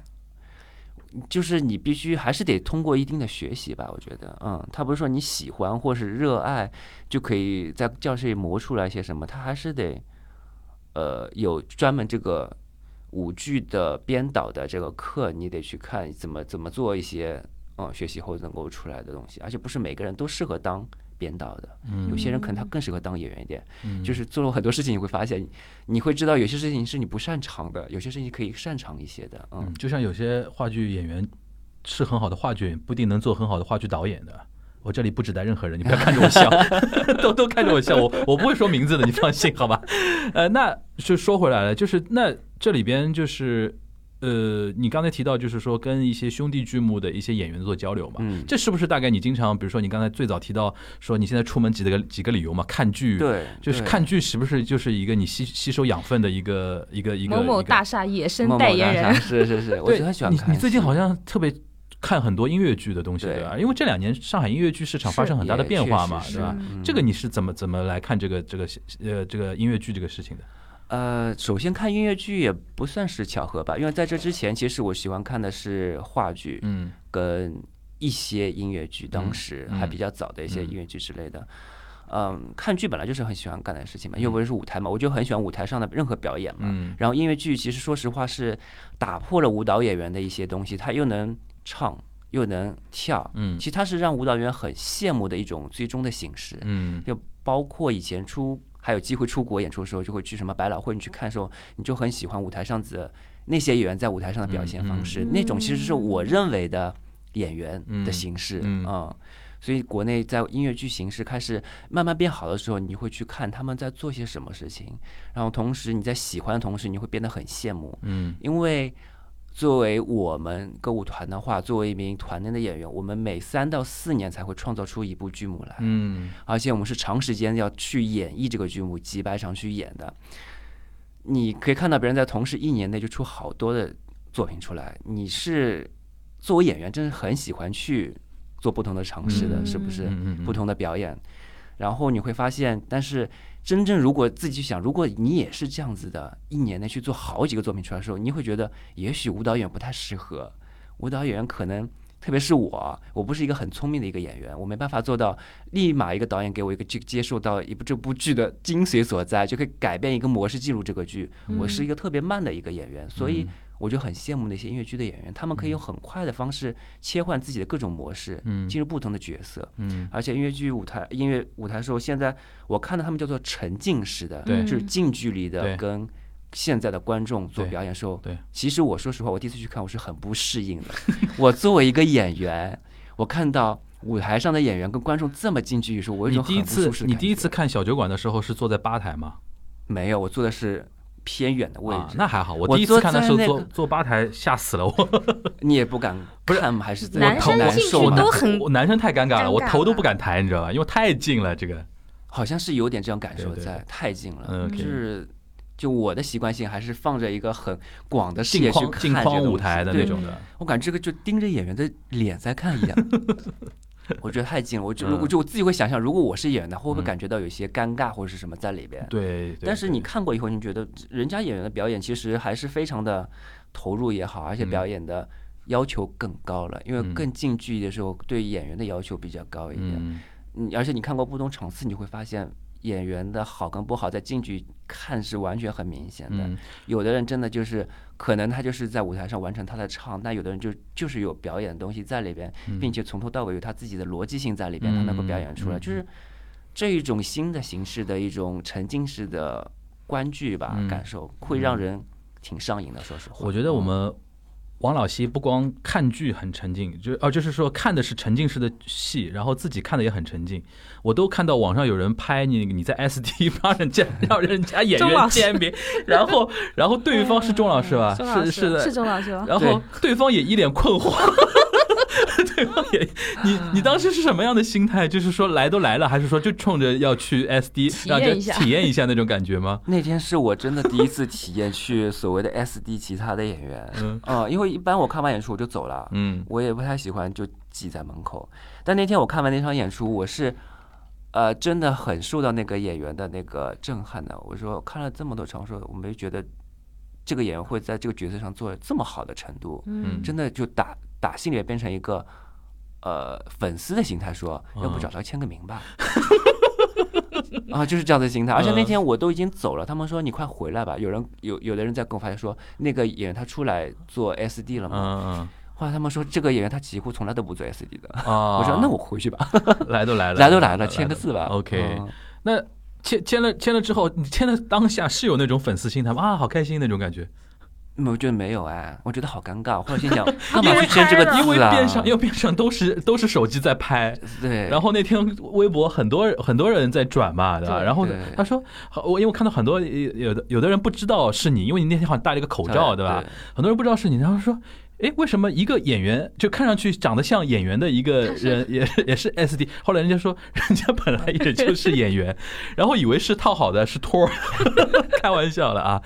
S1: 就是你必须还是得通过一定的学习吧，我觉得，嗯，他不是说你喜欢或是热爱就可以在教室里磨出来些什么，他还是得，呃，有专门这个舞剧的编导的这个课，你得去看怎么怎么做一些，嗯，学习后能够出来的东西，而且不是每个人都适合当编导的，
S2: 嗯
S1: 有些人可能他更适合当演员一点，就是做了很多事情，你会发现，你会知道有些事情是你不擅长的，有些事情可以擅长一些的，嗯
S2: 嗯，就像有些话剧演员是很好的话剧演员，不一定能做很好的话剧导演的。我这里不指代任何人，你不要看着 我笑，都都看着我笑，我我不会说名字的，你放心好吧？ 呃，那就说回来了，就是那这里边就是呃，你刚才提到就是说跟一些兄弟剧目的一些演员做交流嘛，
S1: 嗯，
S2: 这是不是大概你经常，比如说你刚才最早提到说你现在出门几个几个理由嘛，看剧，，
S1: 对，
S2: 就是
S1: 对
S2: 看剧是不是就是一个你吸吸收养分的一个一个一个
S3: 某某
S2: 一个
S3: 大厦野
S1: 某
S3: 生
S1: 某
S3: 代言
S1: 大厦
S3: 人，
S1: 是是 是，我
S2: 对，
S1: 就很喜欢
S2: 你
S1: 看戏。
S2: 你最近好像特别看很多音乐剧的东西，
S1: 对
S2: 对吧？因为这两年上海音乐剧市场
S3: 是
S2: 发生很大的
S1: 也
S2: 变化
S1: 确
S2: 嘛，
S1: 实
S2: 对吧
S1: 是？嗯
S2: 这个你是怎么怎么来看这个这个呃这个音乐剧这个事情的？
S1: 呃，首先看音乐剧也不算是巧合吧，因为在这之前，其实我喜欢看的是话剧
S2: 嗯
S1: 跟一些音乐剧，当
S2: 嗯
S1: 时
S2: 嗯
S1: 还比较早的一些
S2: 嗯
S1: 音乐剧之类的。嗯，看剧本来就是很喜欢干的事情嘛，因为我是舞台嘛，我就很喜欢舞台上的任何表演嘛。
S2: 嗯
S1: 然后音乐剧其实说实话是打破了舞蹈演员的一些东西，他又能唱又能跳，
S2: 嗯
S1: 其实它是让舞蹈员很羡慕的一种最终的形式。
S2: 嗯
S1: 就包括以前出还有机会出国演出的时候，就会去什么百老汇你去看的时候，你就很喜欢舞台上的那些演员在舞台上的表现方式，
S3: 嗯嗯
S1: 那种其实是我认为的演员的形式，
S2: 嗯嗯
S1: 嗯所以国内在音乐剧形式开始慢慢变好的时候，你会去看他们在做些什么事情，然后同时你在喜欢的同时，你会变得很羡慕，
S2: 嗯
S1: 因为作为我们歌舞团的话，作为一名团内的演员，我们每三到四年才会创造出一部剧目来，
S2: 嗯
S1: 而且我们是长时间要去演绎这个剧目，几百场去演的。你可以看到别人在同时一年内就出好多的作品出来，你是作为演员，真是很喜欢去做不同的尝试的，
S3: 嗯
S1: 是不是？
S2: 嗯嗯，
S1: 不同的表演，然后你会发现，但是真正如果自己去想，如果你也是这样子的，一年内去做好几个作品出来的时候，你会觉得也许舞蹈演员不太适合，舞蹈演员可能。特别是我，我不是一个很聪明的一个演员，我没办法做到立马一个导演给我一个去接受到一部这部剧的精髓所在，就可以改变一个模式进入这个剧。
S2: 嗯
S1: 我是一个特别慢的一个演员，所以我就很羡慕那些音乐剧的演员，他们可以用很快的方式切换自己的各种模式，
S2: 嗯
S1: 进入不同的角色。
S2: 嗯
S1: 而且音乐剧舞台、音乐舞台时候，现在我看到他们叫做沉浸式的，
S3: 嗯
S2: 对
S1: 就是近距离的
S2: 对
S1: 跟现在的观众做
S2: 对
S1: 表演时候，
S2: 对
S1: 其实我说实话，我第一次去看我是很不适应的。 我作为一个演员，我看到舞台上的演员跟观众这么近距离的时候，我有一
S2: 你
S1: 种
S2: 第
S1: 很
S2: 一
S1: 不舒
S2: 次
S1: 适的
S2: 你
S1: 感
S2: 第一
S1: 觉
S2: 次看小酒馆的时候是坐在吧台吗？
S1: 没有，我坐的是偏远的位
S2: 啊，
S1: 置，
S2: 那还好，
S1: 我
S2: 我第一
S1: 坐
S2: 次看的
S1: 在
S2: 时候
S1: 那
S2: 坐
S1: 个
S2: 坐吧台吓死了我。
S1: 你也不敢看吗？还是怎么
S3: 男
S1: 样
S3: 生
S1: 难
S3: 进去
S1: 受吗
S3: 都很
S2: 我男生太尴尬
S3: 尴
S2: 了，我
S3: 尬
S2: 头都
S3: 吧
S2: 不敢抬，你知道吧？因为太近了，这个
S1: 好像是有点这样感受
S2: 对对
S1: 在，太近了，
S2: 嗯，OK
S1: 就是。就我的习惯性还是放着一个很广的视
S2: 镜
S1: 野去
S2: 框
S1: 看
S2: 镜
S1: 这个
S2: 框
S1: 东
S2: 舞
S1: 西
S2: 台的
S1: 对
S2: 那种的，
S1: 我感觉这个就盯着演员的脸在看一样， 我觉得太近了。我就
S2: 嗯
S1: 我就我自己会想象，如果我是演员的话，会不会
S2: 嗯
S1: 感觉到有一些尴尬或者是什么在里边？
S2: 对。对
S1: 但是你
S2: 对
S1: 看过以后，你觉得人家演员的表演其实还是非常的投入也好，而且
S2: 嗯
S1: 表演的要求更高了，因为
S2: 嗯
S1: 更近距离的时候对演员的要求比较高一点。
S2: 嗯，
S1: 嗯，而且你看过不同场次，你会发现演员的好跟不好在近距离看是完全很明显的。
S2: 嗯
S1: 有的人真的就是，可能他就是在舞台上完成他的唱，但有的人就就是有表演的东西在里边，
S2: 嗯
S1: 并且从头到尾有他自己的逻辑性在里边，他能够表演出来，
S2: 嗯嗯
S1: 就是这一种新的形式的一种沉浸式的观剧吧，
S2: 嗯
S1: 感受会让人挺上瘾的。说实话，嗯
S2: 我觉得我们王老西不光看剧很沉浸，就啊，就是说看的是沉浸式的戏，然后自己看的也很沉浸。我都看到网上有人拍你，你在 SD 帮人家让人家演
S3: 钟老
S2: 员
S3: 师
S2: 签名，然后然后对方是钟老师吧？
S3: 钟老
S2: 是
S3: 师嗯
S2: 是的，
S3: 钟老 师吗？
S2: 然后对方也一脸困 惑。对方也，你
S3: 啊
S2: 你当时是什么样的心态？就是说来都来了，还是说就冲着要去 SD
S3: 体
S2: 让
S3: 验
S2: 人
S3: 一下
S2: 体验一下那种感觉吗？
S1: 那天是我真的第一次体验去所谓的 SD 其他的演员，
S2: 嗯
S1: 嗯，因为一般我看完演出我就走了，
S2: 嗯
S1: 我也不太喜欢就挤在门口。但那天我看完那场演出，我是呃真的很受到那个演员的那个震撼的。我说看了这么多场，我说我没觉得这个演员会在这个角色上做得这么好的程度，
S2: 嗯
S1: 真的就打打心里面变成一个。呃，粉丝的心态说，要不
S2: 嗯
S1: 找他签个名吧， 啊，就是这样的心态。而且那
S2: 嗯
S1: 天我都已经走了，他们说你快回来吧。有人有有的人在跟我发现说，那个演员他出来做 SD 了
S2: 嗯
S1: 嘛，
S2: 嗯
S1: 后来他们说这个演员他几乎从来都不做 SD 的。
S2: 啊！
S1: 我说那我回去吧，
S2: 来都来了，
S1: 来都来了，签个字吧。
S2: OK，
S1: 嗯
S2: 那签签了签了之后，你签的当下是有那种粉丝心态吗？啊，好开心那种感觉，
S1: 嗯我觉得没有哎，我觉得好尴尬。后来心 想，干
S2: 因
S1: 嘛
S2: 为
S1: 去签这个字啊？
S2: 因为边上因为边上都是都是手机在拍，
S1: 对，
S2: 然后那天微博很多人很多人在转嘛，对吧？
S3: 对
S2: 然后
S1: 对
S2: 他说，好我因为我看到很多有的有的人不知道是你，因为你那天好像戴了一个口罩，对吧？？很多人不知道是你，然后说。哎，为什么一个演员就看上去长得像演员的一个人，也 也是 SD？后来人家说，人家本来也就是演 员，然后以为是套好的，是托儿， 开玩笑的啊。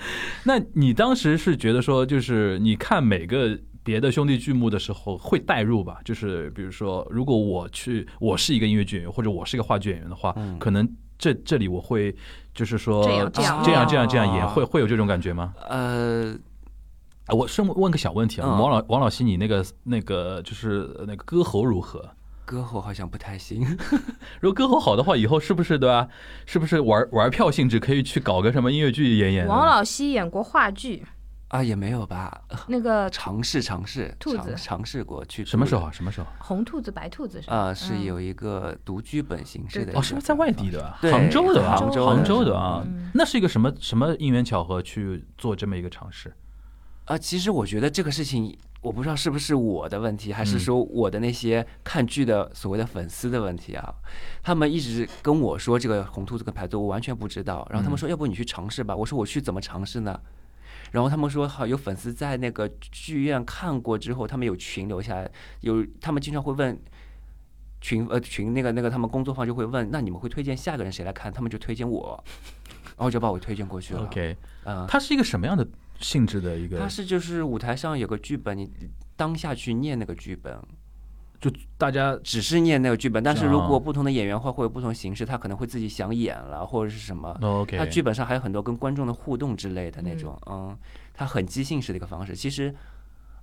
S2: 那你当时是觉得说，就是你看每个别的兄弟剧目的时候会代入吧？就是比如说，如果我去，我是一个音乐剧演员，或者我是一个话剧演员的话，
S1: 嗯
S2: 可能这这里我会就是说
S3: 这样
S2: 这
S3: 这
S2: 样
S3: 样
S2: 这样这样这样演，
S1: 哦
S2: 会会有这种感觉吗？
S1: 呃，
S2: 啊，我顺问个小问题啊，
S1: 嗯
S2: 王老王老师，你那个那个就是那个歌喉如何？
S1: 歌喉好像不太行。
S2: 如果歌喉好的话，以后是不是对吧？是不是玩玩票性质可以去搞个什么音乐剧演演？
S3: 王老西演过话剧，
S1: 啊，也没有吧，
S3: 那个
S1: 尝试尝试，
S3: 兔
S1: 尝
S3: 子
S1: 尝试过去
S2: 什么时
S1: 兔
S2: 候啊？什么时候啊？
S3: 红兔子、白兔子是吧？
S1: 啊？是
S3: 嗯
S1: 有一个读剧本形式的一个，
S2: 哦，是不是在外地的啊？
S1: 哎对
S2: 杭州的吧？
S1: 杭
S3: 州的
S2: 杭州的啊
S3: 嗯，
S2: 那是一个什么什么因缘巧合去做这么一个尝试？
S1: 啊，其实我觉得这个事情，我不知道是不是我的问题，还是
S2: 嗯
S1: 说我的那些看剧的所谓的粉丝的问题啊。他们一直跟我说这个红兔子跟排座，我完全不知道。然后他
S2: 嗯
S1: 们说，要不你去尝试吧。我说我去怎么尝试呢？然后他们说，好有粉丝在那个剧院看过之后，他们有群留下来，有他们经常会问。群呃群那个那个他们工作方就会问，那你们会推荐下个人谁来看？他们就推荐我，然后就把我推荐过去了。
S2: OK，
S1: 嗯，
S2: 它是一个什么样的性质的一
S1: 它
S2: 个？
S1: 是就是舞台上有个剧本，你当下去念那个剧本，
S2: 就大家
S1: 只是念那个剧本。但是如
S2: 啊
S1: 果不同的演员话，会有不同形式，他可能会自己想演了或者是什么。
S2: 哦 OK，
S1: 他剧本上还有很多跟观众的互动之类的那种，嗯，他很即兴式的一个方式。其实，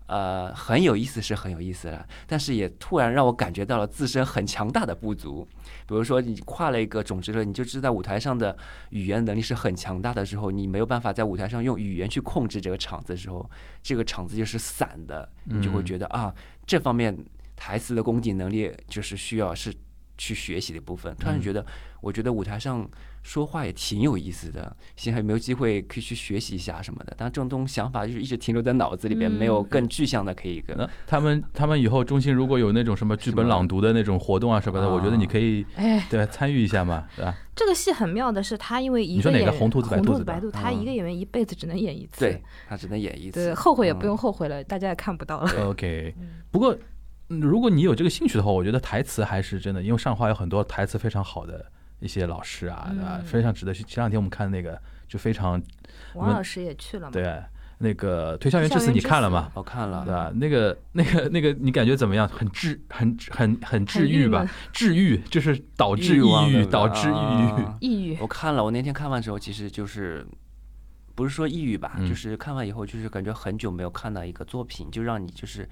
S1: 呃，很有意思是很有意思了，但是也突然让我感觉到了自身很强大的不足。比如说，你跨了一个种之后，你就知道舞台上的语言能力是很强大的时候，你没有办法在舞台上用语言去控制这个场子的时候，这个场子就是散的，你就会
S2: 嗯
S1: 觉得、啊，这方面台词的功底能力就是需要是去学习的部分。突然
S2: 嗯
S1: 觉得，我觉得舞台上说话也挺有意思的，现在有没有机会可以去学习一下什么的？但这种东想法就是一直停留在脑子里边，没有
S3: 嗯
S1: 更具象的可以跟。
S2: 嗯那他们他们以后中心如果有那种什么剧本朗读的那种活动啊什么的，
S1: 啊
S2: 我觉得你可以
S3: 哎，
S2: 对参与一下嘛，对吧？
S3: 这个戏很妙的是，他因为一
S2: 你说哪
S3: 个演
S2: 个
S3: 员
S2: 红兔子白
S3: 红
S2: 兔
S3: 兔
S2: 子
S3: 子
S2: 吧嗯
S3: 白兔，他一个演员一辈子只能演一次，
S1: 对他只能演一
S3: 对，
S1: 次，
S3: 后悔也不用
S1: 嗯
S3: 后悔了，大家也看不到了。
S2: OK，不过嗯如果你有这个兴趣的话，我觉得台词还是真的，因为上海有很多台词非常好的一些老师啊，对吧？
S3: 嗯
S2: 非常值得去。前两天我们看那个就非常
S3: 王老师也去了嘛，
S2: 对啊那个《推销员
S3: 推
S2: 之
S3: 销
S2: 死》，
S3: 员
S2: 你
S3: 之
S2: 看了
S3: 死
S2: 吗？
S1: 嗯我看了
S2: 对。吧？那个、那个、那个，你感觉怎么样？很治、很、很、很治愈吧
S3: 郁？
S2: 治愈就是导致
S1: 抑
S2: 抑
S1: 郁啊
S2: 郁，
S1: 对不对
S2: 导致抑郁。
S1: 啊
S3: 抑郁，
S1: 我看了，我那天看完之后，其实就是不是说抑郁吧，
S2: 嗯
S1: 就是看完以后，就是感觉很久没有看到一个作品，就让你就是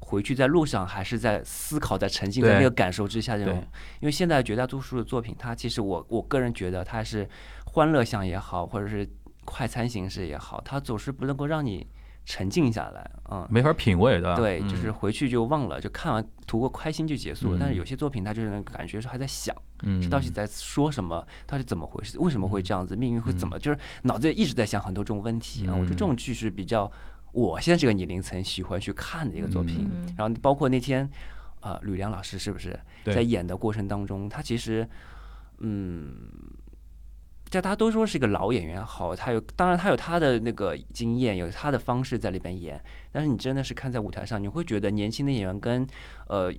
S1: 回去在路上还是在思考，在沉浸在
S2: 对
S1: 那个感受之下这种
S2: 对。
S1: 因为现在绝大多数的作品，它其实我我个人觉得它是欢乐向也好，或者是快餐形式也好，它总是不能够让你沉静下来，嗯。
S2: 没法品味，对吧？
S1: 对，
S2: 嗯
S1: 就是回去就忘了，就看完图个开心就结束了。
S2: 嗯
S1: 但是有些作品，它就是能感觉是还在想。
S2: 嗯，嗯
S1: 这到底在说什么？到底怎么回事？为什么会这样子？命运会怎么？就是脑子里一直在想很多这种问题啊。我觉得这
S2: 嗯
S1: 种剧是比较我现在这个年龄层喜欢去看的一个作品。
S3: 嗯
S1: 然后包括那天，呃，吕梁老师是不是
S2: 对
S1: 在演的过程当中，他其实，嗯。在大家都说是一个老演员好，他有当然他有他的那个经验，有他的方式在里边演。但是你真的是看在舞台上，你会觉得年轻的演员跟呃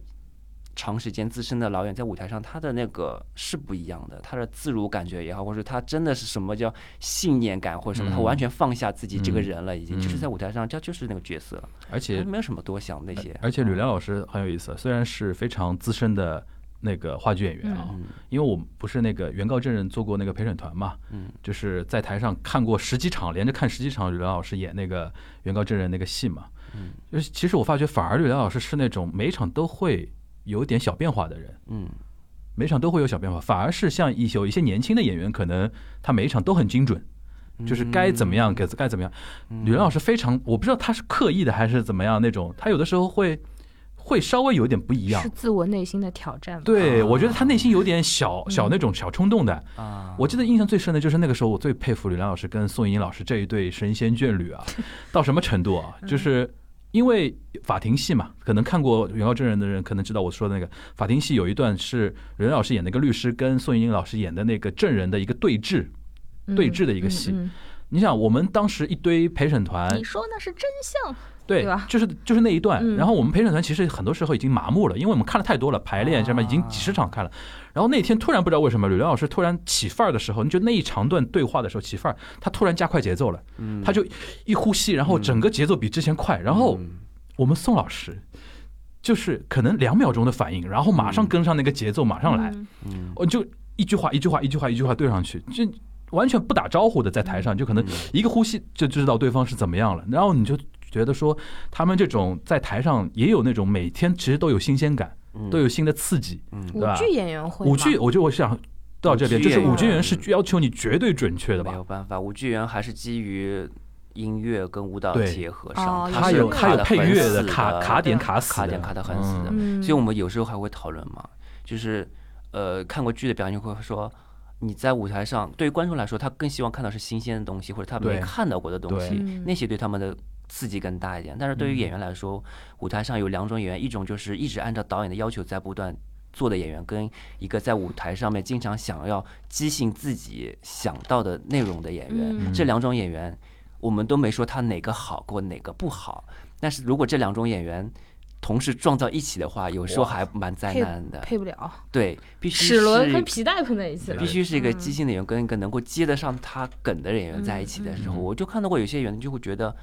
S1: 长时间资深的老演在舞台上，他的那个是不一样的，他的自如感觉也好，或者他真的是什么叫信念感或者什么，
S2: 嗯
S1: 他完全放下自己这个人了，已经、
S2: 嗯
S1: 就是在舞台上，这就是那个角色，
S2: 而且
S1: 没有什么多想那些。
S2: 而且吕亮老师很有意思，虽然是非常资深的那个话剧演员啊，
S1: 嗯
S2: 因为我们不是那个原告证人做过那个陪审团嘛，
S1: 嗯
S2: 就是在台上看过十几场，连着看十几场吕亮老师演那个原告证人那个戏嘛，
S1: 嗯
S2: 就是其实我发觉反而吕亮老师是那种每一场都会有点小变化的人。
S1: 嗯，
S2: 每一场都会有小变化，反而是像一有一些年轻的演员，可能他每一场都很精准，
S1: 嗯
S2: 就是该怎么样该该怎么样。吕亮老师非常，我不知道他是刻意的还是怎么样那种，他有的时候会会稍微有点不一样
S3: 是。自我内心的挑战吧。
S2: 对，我觉得他内心有点
S3: 嗯
S2: 小小那种小冲动的。
S1: 啊，
S2: 我记得印象最深的就是那个时候，我最佩服吕亮老师跟宋颖老师这一对神仙眷 侣啊，到什么程度啊？
S3: 嗯
S2: 就是因为法庭戏嘛，可能看过《原告证人》的人可能知道我说的那个法庭戏，有一段是任老师演那个律师跟宋颖老师演的那个证人的一个对峙。
S3: 嗯
S2: 对峙的一个戏哎
S3: 嗯
S2: 你想，我们当时一堆陪审团
S3: 嗯，你说那是真相，
S2: 对
S3: 对吧，
S2: 就是就是那一段。
S3: 嗯
S2: 然后我们陪审团其实很多时候已经麻木了，因为我们看了太多了，排练什么已经
S1: 啊
S2: 几十场看了。然后那天突然不知道为什么，吕亮老师突然起范儿的时候，你就那一长段对话的时候起范儿，他突然加快节奏了，
S1: 嗯
S2: 他就一呼吸，然后整个节奏比之前快。然后
S1: 嗯
S2: 我们宋老师就是可能两秒钟的反应，然后马上跟上那个节奏，马上来，
S3: 嗯
S1: 嗯
S2: 我哦就一句话一句话一句话一句话对上去，就完全不打招呼的在台上，就可
S1: 嗯
S2: 能一个呼吸就知道对方是怎么样了，然后你就觉得说他们这种在台上也有那种每天其实都有新鲜感，
S1: 嗯
S2: 都有新的刺激。
S1: 嗯
S3: 舞
S2: 对吧
S3: 剧演员会吗
S2: 舞剧，我就我想到这边，就是舞
S1: 舞剧
S2: 剧人
S1: 演员
S2: 是要求你绝对准确的
S1: 没
S2: 吧？
S1: 有办法，舞剧人还是基于。音乐跟舞蹈
S2: 对
S1: 结合上，
S3: 哦有
S2: 他
S1: 是
S2: 有
S1: 卡
S2: 他有
S1: 得
S2: 配
S1: 很
S2: 乐的
S1: 死
S2: 卡
S1: 的啊
S2: 卡点卡死的，
S1: 卡点卡的很死的，
S3: 嗯
S1: 所以我们有时候还会讨论嘛，就是呃看过剧的表演会说。你在舞台上，对于观众来说，他更希望看到是新鲜的东西，或者他
S2: 对
S1: 没看到过的东西
S3: 对，
S1: 那些对他们的刺激更大一点。但是对于演员来说，舞台上有两种演员，一种就是一直按照导演的要求在不断做的演员，跟一个在舞台上面经常想要激兴自己想到的内容的演员。
S3: 嗯
S1: 这两种演员，我们都没说他哪个好过哪个不好，但是如果这两种演员同时撞到一起的话，有时候
S2: 哇
S1: 还蛮灾
S3: 配
S1: 难的。
S3: 配不了，
S1: 对，必须
S3: 齿轮
S1: 是
S3: 跟皮带碰在一起了
S1: 必。须是一个
S3: 嗯
S1: 即兴的演员跟一个能够接得上他梗的演员在一起的时候，
S2: 嗯嗯
S1: 我就看到过有些演员就会觉得，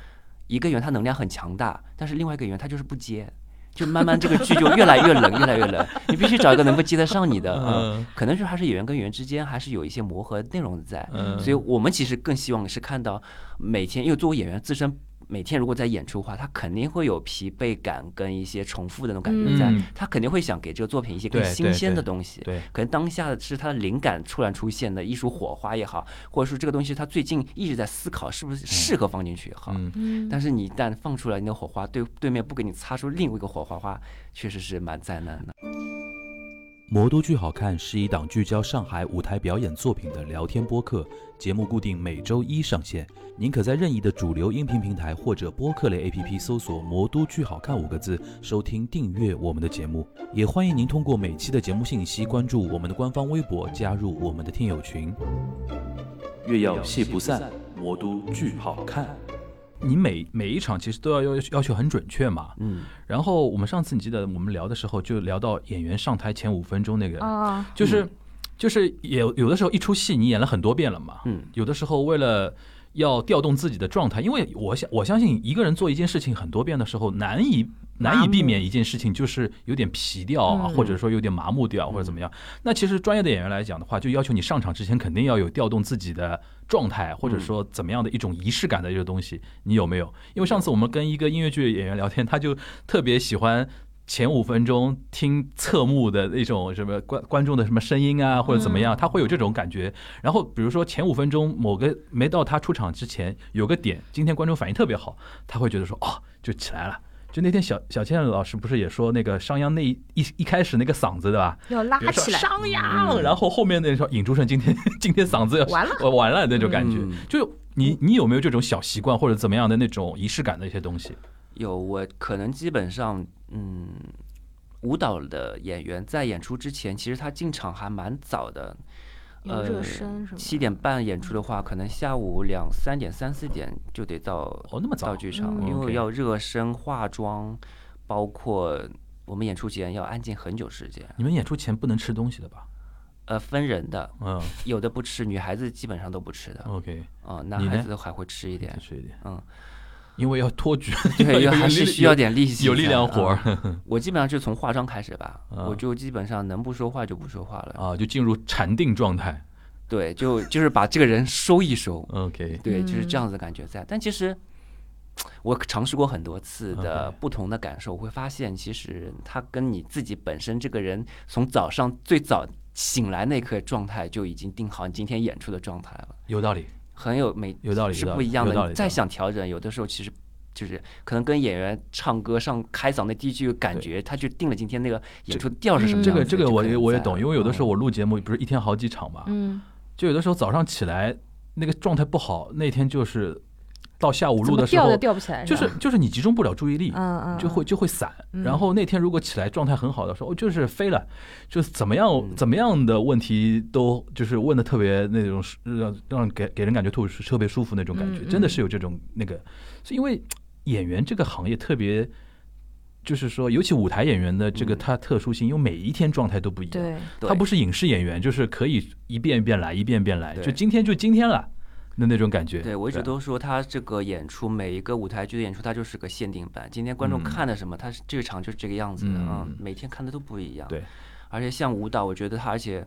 S1: 一个演员他能量很强大，但是另外一个演员他就是不接，就慢慢这个剧就越来越冷，越来越冷。你必须找一个能够接得上你的，嗯，
S2: 嗯
S1: 可能是还是演员跟演员之间还是有一些磨合内容在，
S2: 嗯，
S1: 所以我们其实更希望是看到每天，因为作为演员自身。每天如果在演出的话，他肯定会有疲惫感跟一些重复的那种感觉在，
S2: 嗯
S1: 他肯定会想给这个作品一些更
S2: 对对
S1: 新鲜的
S2: 对
S1: 东西。
S2: 对，
S1: 可能当下是他的灵感突然出现的艺术火花也好，或者说这个东西他最近一直在思考是不是适合放进去也好。
S2: 嗯，
S3: 嗯，
S1: 但是你一旦放出来你的火花，对对面不给你擦出另一个火花花，确实是蛮灾难的。
S4: 《魔都剧好看》是一档聚焦上海舞台表演作品的聊天播客，节目固定每周一上线。您可在任意的主流音频平台或者播客类 APP 搜索“魔都剧好看”五个字，收听订阅我们的节目。也欢迎您通过每期的节目信息关注我们的官方微博，加入我们的听友群。月要戏不散，魔都剧好看。
S2: 你每每一场其实都要要要求很准确嘛。
S1: 嗯，
S2: 然后我们上次你记得我们聊的时候，就聊到演员上台前五分钟那个，
S3: 啊，
S2: 就是就是也有的时候一出戏你演了很多遍了嘛，
S1: 嗯，
S2: 有的时候为了。要调动自己的状态，因为我相我相信一个人做一件事情很多遍的时候，难以难以避免一件事情就是有点疲掉啊，
S3: 嗯
S2: 或者说有点麻木掉或者怎么样。那其实专业的演员来讲的话，就要求你上场之前肯定要有调动自己的状态，或者说怎么样的一种仪式感的这个东西，你有没有？因为上次我们跟一个音乐剧演员聊天，他就特别喜欢。前五分钟听侧幕的那种什么观观众的什么声音啊，或者怎么样，他会有这种感觉。然后比如说前五分钟某个没到他出场之前有个点，今天观众反应特别好，他会觉得说哦就起来了。就那天小小倩老师不是也说那个商鞅那一一一开始那个嗓子对吧？
S3: 要拉
S2: 比如说
S3: 起来，
S2: 商鞅，然后后面那说尹竹生今天 今天嗓子 要
S3: 完了，
S2: 我完了那种感觉
S1: 嗯。
S2: 就你你有没有这种小习惯或者怎么样的那种仪式感的一些东西？
S1: 有我可能基本上，嗯，舞蹈的演员在演出之前，其实他进场还蛮早的，
S3: 有热
S1: 呃
S3: 身什么
S1: 七点半演出的话，可能下午两三点、三四点就得到
S2: 哦，那么早
S1: 到剧场，因
S3: 嗯
S1: 为
S2: OK
S1: 要热身、化妆，包括我们演出前要安静很久时间。
S2: 你们演出前不能吃东西的吧？
S1: 呃，分人的，
S2: 嗯
S1: 有的不吃，女孩子基本上都不吃的，
S2: ，OK，
S1: 啊、男
S2: 哦你
S1: 孩
S2: 呢
S1: 子还会吃一
S2: 再
S1: 点，
S2: 吃一点，
S1: 嗯，
S2: 因为要托举，
S1: 对， 因为还是需要
S2: 有
S1: 点力气，啊嗯
S2: 有力量活
S1: 儿。
S2: 儿
S1: 我基本上就从化妆开始吧，
S2: 嗯
S1: 我就基本上能不说话就不说话了，
S2: 啊，就进入禅定状态。
S1: 对，就就是把这个人收一收，
S2: OK，
S1: 对，就是这
S3: 嗯
S1: 样子的感觉在。但其实我尝试过很多次的
S2: OK
S1: 不同的感受，我会发现其实它跟你自己本身这个人从早上最早醒来那一刻状态就已经定好你今天演出的状态了，
S2: 有道理，
S1: 很有每
S2: 有道理，
S1: 是
S2: 有道
S1: 不
S2: 理
S1: 一样
S2: 有道
S1: 的。
S2: 理
S1: 你再
S2: 有道理
S1: 想调整，有的时候其实。就是可能跟演员唱歌上开嗓的第一句感觉，他就定了今天那个演出调是什么
S3: 嗯
S2: 这
S1: 样
S2: 个
S1: 子。
S2: 这个我
S1: 就可
S2: 也
S1: 能
S2: 我也
S1: 在
S2: 懂，因为有的时候
S1: 嗯
S2: 我录节目不是一天好几场嘛，
S3: 嗯，
S2: 就有的时候早上起来那个状态不好，那天就是到下午
S3: 怎
S2: 录
S3: 么
S2: 的时
S3: 掉
S2: 候
S3: 都，掉不起来，
S2: 就是
S3: 吧
S2: 就是你集中不了注意力，
S3: 嗯嗯，
S2: 就会就会散。
S3: 嗯
S2: 然后那天如果起来状态很好的时候，哦就是飞了，就是怎么样
S1: 嗯
S2: 怎么样的问题都就是问的特别那种让让给给人感觉特别舒特别舒服那种感觉，
S3: 嗯嗯
S2: 真的是有这种那个，是因为演员这个行业特别。就是说，尤其舞台演员的这个
S1: 嗯
S2: 他特殊性，因为每一天状态都不一样。
S3: 对，
S2: 他
S1: 对
S2: 不是影视演员，就是可以一遍一遍来，一遍一遍来，
S1: 对
S2: 就今天就今天了的那种感觉。
S1: 对，我一直都说他这个演出，每一个舞台剧的演出，它就是个限定版。今天观众
S2: 嗯
S1: 看的什么，他是这个场就是这个样子的，
S2: 嗯
S1: 嗯，每天看的都不一样。
S2: 对，
S1: 而且像舞蹈，我觉得他，而且，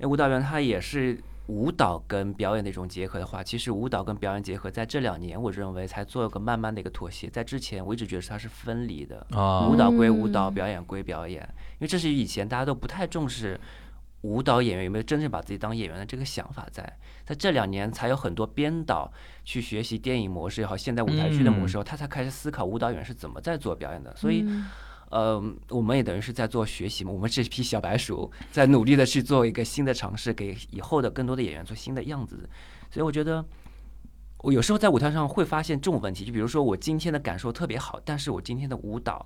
S1: 哎，舞蹈员他也是舞蹈跟表演的一种结合的话，其实舞蹈跟表演结合，在这两年，我认为才做了个慢慢的一个妥协。在之前，我一直觉得它是分离的，
S2: 啊
S1: 舞，蹈归舞蹈，
S3: 嗯
S1: 表演归表演，因为这是以前大家都不太重视舞蹈演员有没有真正把自己当演员的这个想法在，在这两年才有很多编导去学习电影模式也好，现代舞台剧的模式也好，他才开始思考舞蹈演员是怎么在做表演的，所以。
S3: 嗯
S1: 呃，我们也等于是在做学习嘛，我们这批小白鼠 在努力的去做一个新的尝试，给以后的更多的演员做新的样子。所以我觉得我有时候在舞台上会发现这种问题，就比如说我今天的感受特别好，但是我今天的舞蹈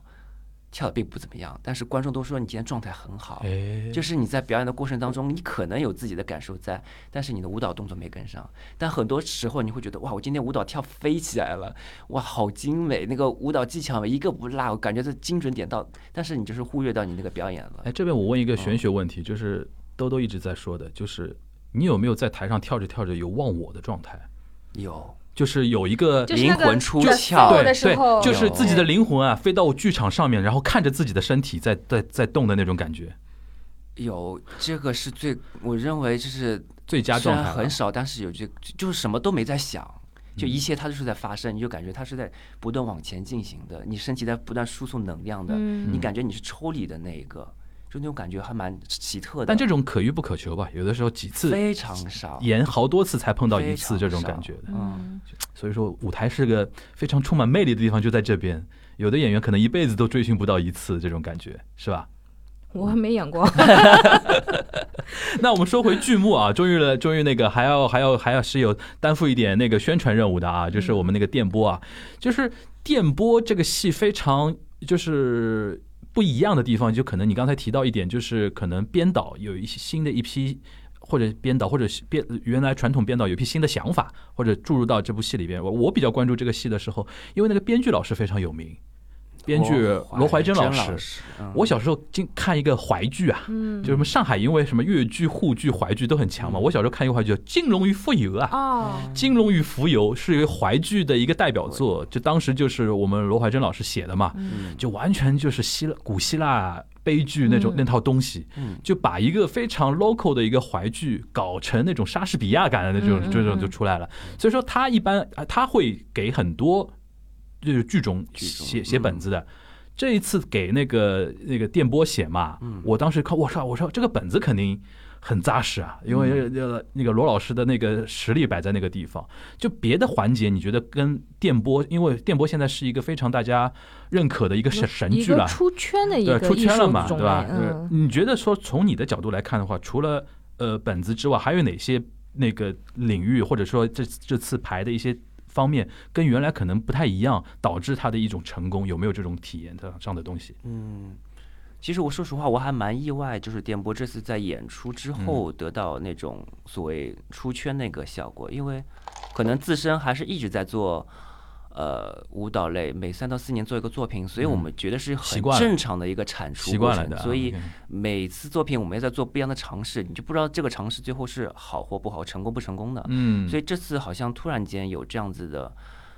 S1: 跳的并不怎么样，但是观众都说你今天状态很好，
S2: 哎
S1: 就是你在表演的过程当中，你可能有自己的感受在，但是你的舞蹈动作没跟上。但很多时候你会觉得，哇，我今天舞蹈跳飞起来了，哇，好精美，那个舞蹈技巧一个不落，我感觉这精准点到，但是你就是忽略到你那个表演了。
S2: 哎，这边我问一个玄学问题，就是兜兜一直在说的，就是你有没有在台上跳着跳着有忘我的状态？
S1: 有，
S2: 就是有一个
S3: 就是那个
S1: 灵魂出
S3: 转
S1: 窍
S3: 速
S1: 跳
S2: 对
S3: 的时候，
S2: 对，就是自己的
S3: 对
S2: 灵魂啊，飞到剧场上面，然后看着自己的身体在在在动的那种感觉，
S1: 有，这个是最，我认为就是
S2: 最佳
S1: 虽
S2: 状
S1: 然
S2: 态了。
S1: 很少，但是有这就是什么都没在想，就
S2: 嗯
S1: 一切它就是在发生，你就感觉它是在不断往前进行的，你身体在不断输送能量的，
S3: 嗯
S1: 你感觉你是抽离的那一个，就那种感觉还蛮奇特的。
S2: 但这种可遇不可求吧，有的时候几次
S1: 非常少，
S2: 演好多次才碰到一
S1: 非
S2: 次
S1: 常
S2: 这种
S1: 少
S2: 感觉的。
S1: 嗯，
S2: 所以说，舞台是个非常充满魅力的地方，就在这边。有的演员可能一辈子都追寻不到一次这种感觉，是吧？
S3: 我没演过，
S2: 那我们说回剧目啊，终于了，终于那个还要还要还要是有担负一点那个宣传任务的啊，就是我们那个电波啊，就是电波这个戏非常就是。不一样的地方，就可能你刚才提到一点，就是可能编导有一些新的一批，或者编导或者是编原来传统编导有一批新的想法，或者注入到这部戏里边。我我比较关注这个戏的时候，因为那个编剧老师非常有名，编剧罗怀珍老师，
S1: 师，嗯
S2: 我小时候经看一个淮剧啊，
S3: 嗯
S2: 就什么上海，因为什么越剧、沪剧、淮剧都很强嘛。我小时候看一个淮剧叫《金龙与蜉蝣》啊，
S3: 哦，
S2: 《金龙与蜉蝣》是一个淮剧的一个代表作，就当时就是我们罗怀珍老师写的嘛，
S1: 嗯
S2: 就完全就是希腊古希腊悲剧那种
S3: 嗯
S2: 那套东西，
S1: 嗯
S2: 就把一个非常 local 的一个淮剧搞成那种莎士比亚感的那种
S3: 嗯嗯
S2: 这种
S3: 嗯
S2: 就出来了。所以说他一般啊他会给很多就是剧种
S1: 剧种
S2: 写
S3: 嗯
S2: 写本子的。这一次给那个那个电波写嘛，
S3: 嗯
S2: 我当时看，我操，我说这个本子肯定很扎实啊，因
S3: 嗯
S2: 为呃那个罗老师的那个实力摆在那个地方。就别的环节，你觉得跟电波，因为电波现在是一个非常大家认可的一个神神
S3: 一
S2: 剧
S3: 个
S2: 了，
S3: 出圈的一
S2: 对，
S3: 个
S2: 出
S3: 艺
S2: 圈了
S3: 术
S2: 嘛，
S3: 种
S2: 对
S3: 类，
S2: 吧？
S3: 嗯，
S2: 你觉得说从你的角度来看的话，除了呃本子之外，还有哪些那个领域，或者说这这次排的一些方面，跟原来可能不太一样，导致它的一种成功，有没有这种体验上的东西？
S1: 嗯，其实我说实话，我还蛮意外，就是电波这次在演出之
S2: 嗯
S1: 后得到那种所谓出圈那个效果，因为可能自身还是一直在做。呃，舞蹈类每三到四年做一个作品，所以我们觉得是
S2: 嗯习
S1: 很
S2: 惯了
S1: 正常的一个产出
S2: 习
S1: 过
S2: 惯了
S1: 程
S2: 的啊，
S1: 所以
S2: OK
S1: 每次作品我们也在做不一样的尝试，你就不知道这个尝试最后是好或不好，成功不成功的。
S2: 嗯，
S1: 所
S2: 以
S1: 以这次好像突然间有这样子的，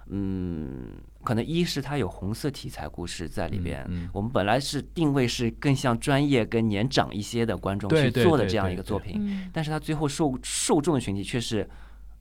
S1: 嗯，可能一是它有红色题材故事在里边，
S2: 嗯嗯
S1: 我们本来是定位是更像专业跟年长一些的观众
S2: 对
S1: 去
S2: 对
S1: 做的
S2: 对
S1: 这样
S2: 对
S1: 一个
S2: 对
S1: 作品，
S3: 嗯
S1: 但是它最后受受众的群体却是。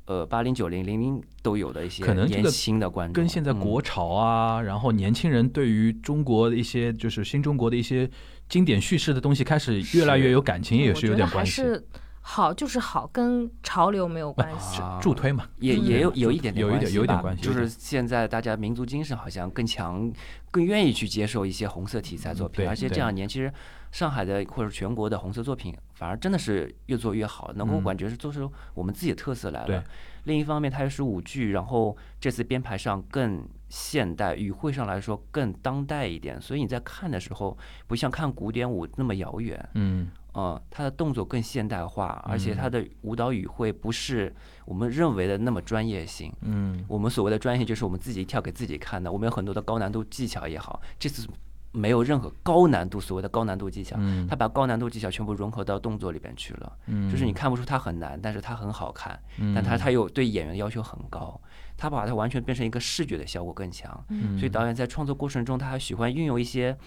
S1: 呃，八零九零零零都有的一些
S2: 可能这
S1: 年
S2: 个
S1: 轻的观众，嗯
S2: 跟现在国潮啊，然后年轻人对于中国的一些就是新中国的一些经典叙事的东西，开始越来越有感情，也
S3: 嗯我
S2: 是
S3: 觉
S2: 有
S3: 得
S2: 点
S3: 还
S2: 关系。
S3: 是好就是好，跟潮流没有关系。
S1: 啊
S2: 助推嘛，
S1: 也
S3: 嗯
S1: 也有
S2: 对
S1: 有一点点
S2: 有一点
S1: 关系
S2: 有一点
S1: 吧
S2: 关系
S1: 就
S2: 有一
S1: 是
S2: 点
S1: 现在大家民族精神好像更强，更愿意去接受一些红色题材作
S2: 对
S1: 品，而且这
S2: 对
S1: 两年其实上海的或者全国的红色作品反而真的是越做越好，能够
S2: 嗯
S1: 感觉是做出我们自己的特色来
S2: 对
S1: 了。另一方面，它也是舞剧，然后这次编排上更现代，语汇上来说更当代一点，所以你在看的时候不像看古典舞那么遥远，
S2: 嗯，
S1: 嗯，他的动作更现代化，而且他的舞蹈语汇不是我们认为的那么专业性。
S2: 嗯，
S1: 我们所谓的专业就是我们自己跳给自己看的，我们有很多的高难度技巧也好，这次没有任何高难度所谓的高难度技巧，
S2: 嗯
S1: 他把高难度技巧全部融合到动作里边去了。就是你看不出它很难，但是它很好看，
S2: 嗯
S1: 但它它又对演员的要求很高，他把它完全变成一个视觉的效果更强。
S2: 啊
S1: 所以
S2: 嗯
S1: 导演在创作过程中，他还喜欢运用一些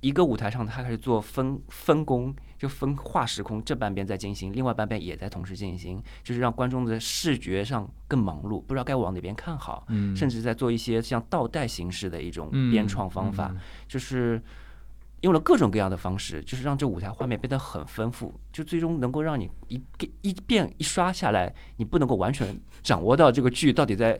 S1: 一个舞台上，他开始做分分工，就分跨时空，这半边在进行，另外半边也在同时进行，就是让观众的视觉上更忙碌，不知道该往哪边看好，
S2: 嗯
S1: 甚至在做一些像倒带形式的一种编创方法，
S2: 嗯
S1: 就是 用了各种各样的方式，就是让这舞台画面变得很丰富，就最终能够让你一一遍一刷下来，你不能够完全掌握到这个剧到底在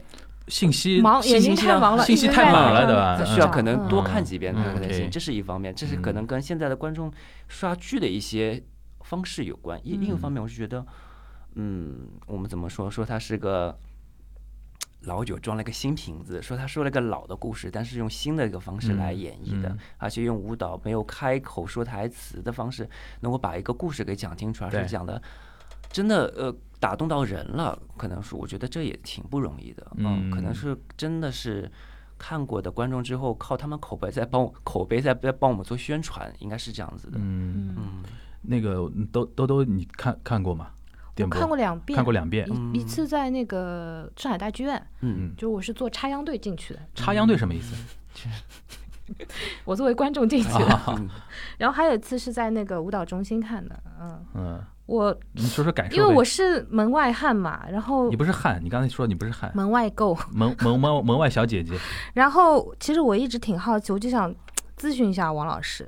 S2: 信息
S3: 忙眼睛
S1: 信息
S3: 太
S1: 量
S3: 忙了，
S2: 信
S3: 一
S2: 息
S3: 直
S2: 太
S3: 在
S2: 满了
S3: 那
S2: 对
S3: 个
S2: 吧
S3: 在
S1: 需要
S3: 找
S1: 可能多
S3: 嗯
S1: 看几遍
S2: 嗯
S1: 才能行，
S2: 嗯
S1: 这是一方面，这是可能跟现在的观众刷剧的一些嗯方式有关。一另一方面，我是觉得，嗯，我们怎么说？说它是个老酒装了个新瓶子，说他说了个老的故事，但是用新的一个方式来
S2: 嗯
S1: 演绎的，
S2: 嗯
S1: 而且用舞蹈没有开口说台词的方式，能够把一个故事给讲清楚，而
S2: 对
S1: 且讲的真的呃打动到人了，可能是我觉得这也挺不容易的，
S2: 嗯
S1: 可能是真的是。看过的观众之后，靠他们口碑在帮我口碑在在帮我们做宣传，应该是这样子的。
S2: 嗯，
S3: 嗯，
S1: 嗯
S2: 那个兜兜兜，你看看过吗？
S3: 我
S2: 电波
S3: 看过两遍，
S2: 看过两遍。
S1: 嗯
S3: 一一次在那个上海大剧院，
S1: 嗯，
S3: 就是我是坐插秧队进去的，
S2: 插秧队什么意思？
S3: 我作为观众进去 的。
S1: 嗯
S3: 然后还有一次是在那个舞蹈中心看的，嗯，
S2: 嗯，
S3: 我
S2: 你说说感受呗。
S3: 因为我是门外汉嘛，然后
S2: 你不是汉，你刚才说你不是汉，
S3: 门外购，
S2: 门门门门外小姐姐。
S3: 然后其实我一直挺好奇，我就想咨询一下王老师，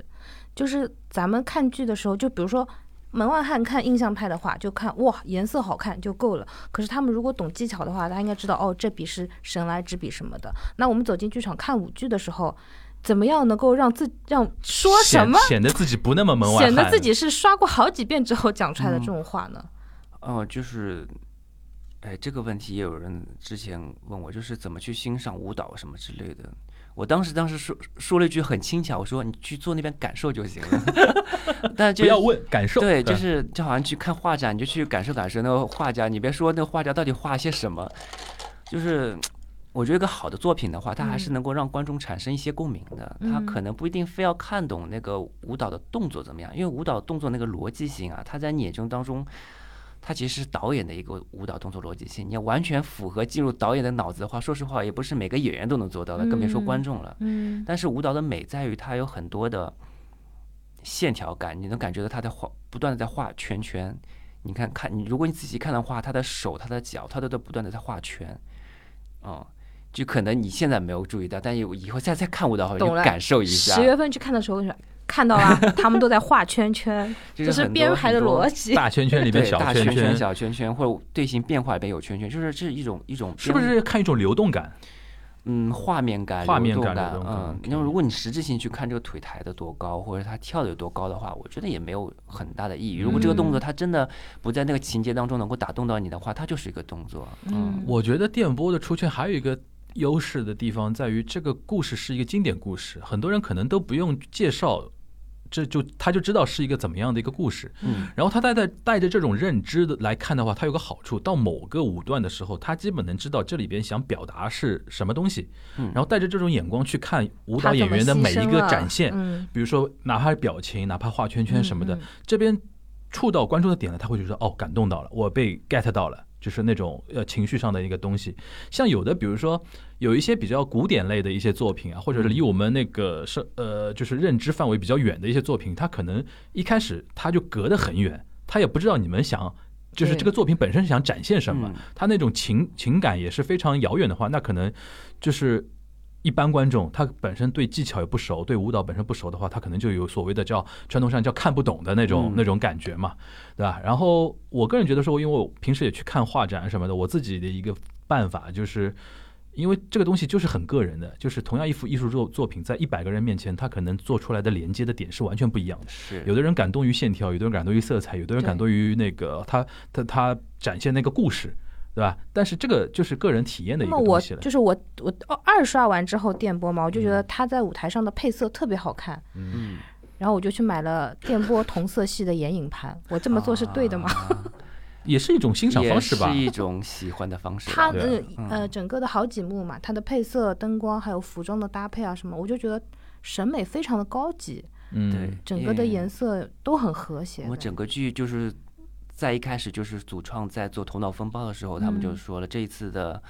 S3: 就是咱们看剧的时候，就比如说。门外汉看印象派的话，就看哇颜色好看就够了。可是他们如果懂技巧的话，他应该知道哦，这笔是神来之笔什么的。那我们走进剧场看舞剧的时候，怎么样能够让自让说什
S2: 显
S3: 么
S2: 显得自己不那啊么门外汉，
S3: 显得自己是刷过好几遍之后讲出来的这种话呢？
S1: 哦，就是，哎，这个问题也有人之前问我，就是怎么去欣赏舞蹈什么之类的。我当时当时说说了一句很轻巧，我说你去坐那边感受就行了。 但就
S2: 不要问感受。
S1: 对，就是就好像去看画展，你就去感受感受那个画家，你别说那个画家到底画些什么，就是。我觉得一个好的作品的话，它还是
S3: 嗯
S1: 能够让观众产生一些共鸣的。他
S3: 嗯
S1: 可能不一定非要看懂那个舞蹈的动作怎么样，因为舞蹈动作那个逻辑性啊，它在你眼中当中，它其实是导演的一个舞蹈动作逻辑性。你要完全符合进入导演的脑子的话，说实话，也不是每个演员都能做到的，更别说观
S3: 嗯
S1: 众了。
S3: 嗯
S1: 但是舞蹈的美在于它有很多的线条感，你能感觉到他在画，不断的在画圈圈。你看看，你如果你仔细看的话，他的手、他的脚，他都在不断的在画圈，嗯，就可能你现在没有注意到，但有以后再再看舞蹈的话，你
S3: 懂
S1: 就
S3: 了
S1: 感受一下
S3: 十，月份去看的时候，我就说看到了，他们都在画圈圈，
S1: 就
S3: 这
S1: 是
S3: 是
S1: 很多
S3: 编排的
S1: 很多
S3: 逻辑。
S2: 大圈圈里边
S1: 对
S2: 小
S1: 大圈
S2: 圈，
S1: 小圈圈，或者队形变化里边有圈圈，就是这是一种一种
S2: 是不
S1: 编
S2: 是看一种流动感？
S1: 嗯，画面感、
S2: 画
S1: 流
S2: 面
S1: 动
S2: 感
S1: 感
S2: 流动感
S1: 嗯，那如果你实质性去看这个腿抬得多高，或者他跳得有多高的话，我觉得也没有很大的
S2: 嗯
S1: 意义。如果这个动作它真的不在那个情节当中能够打动到你的话，它就是一个动作。嗯，
S2: 我觉得电波的出圈还有一个优势的地方在于，这个故事是一个经典故事，很多人可能都不用介绍，这就他就知道是一个怎么样的一个故事。
S1: 嗯，
S2: 然后他带带带着这种认知的来看的话，他有个好处，到某个舞段的时候，他基本能知道这里边想表达是什么东西。
S1: 嗯
S2: 然后带着这种眼光去看舞
S3: 他
S2: 蹈
S3: 怎
S2: 演
S3: 么
S2: 员的
S3: 牺
S2: 每一
S3: 牲
S2: 个
S3: 了
S2: 展现，
S3: 嗯，
S2: 比如说哪怕是表情，哪怕画圈圈什么的，
S3: 嗯嗯
S2: 这边触到观众的点呢，他会觉得哦，感动到了，我被 get 到了，就是那种呃情绪上的一个东西。像有的，比如说有一些比较古典类的一些作品啊，或者是离我们那个是呃就是认知范围比较远的一些作品，它可能一开始它就隔得很远，他也不知道你们想。就是
S3: 对
S2: 这个作品本身想展现什么
S1: 嗯，
S2: 他那种情情感也是非常遥远的话，那可能就是一般观众他本身对技巧也不熟，对舞蹈本身不熟的话，他可能就有所谓的叫传统上叫看不懂的那种、
S1: 嗯
S2: 那种感觉嘛，对吧？然后我个人觉得说，因为我平时也去看画展什么的，我自己的一个办法就是。因为这个东西就是很个人的，就是同样一幅艺术作作品，在一百个人面前，他可能做出来的连接的点是完全不一样的。
S1: 是
S2: 有的人感动于线条，有的人感动于色彩，有的人
S3: 对
S2: 感动于那个他他他展现那个故事，对吧？但是这个就是个人体验的
S3: 那
S2: 一
S3: 么
S2: 个
S3: 我
S2: 东西了。嗯
S3: 就是我我哦二刷完之后电波嘛，我就觉得他在舞台上的配色特别好看，
S1: 嗯，
S3: 然后我就去买了电波同色系的眼影盘。我这么做是对的吗？
S1: 啊
S2: 也是一种 欣赏方式吧
S1: 也是。一种喜欢的方式吧。
S3: 它
S2: 对啊
S3: 的
S1: 嗯
S3: 呃整个的好几幕嘛，它的配色、灯光还有服装的搭配啊什么，我就觉得审美非常的高级，
S2: 嗯，
S1: 对，
S3: 整个的
S1: 因为
S3: 颜色都很和谐的。
S1: 我整个剧就是在一开始就是主创在做《头脑风暴》的时候，他们就
S3: 嗯
S1: 说了这一次的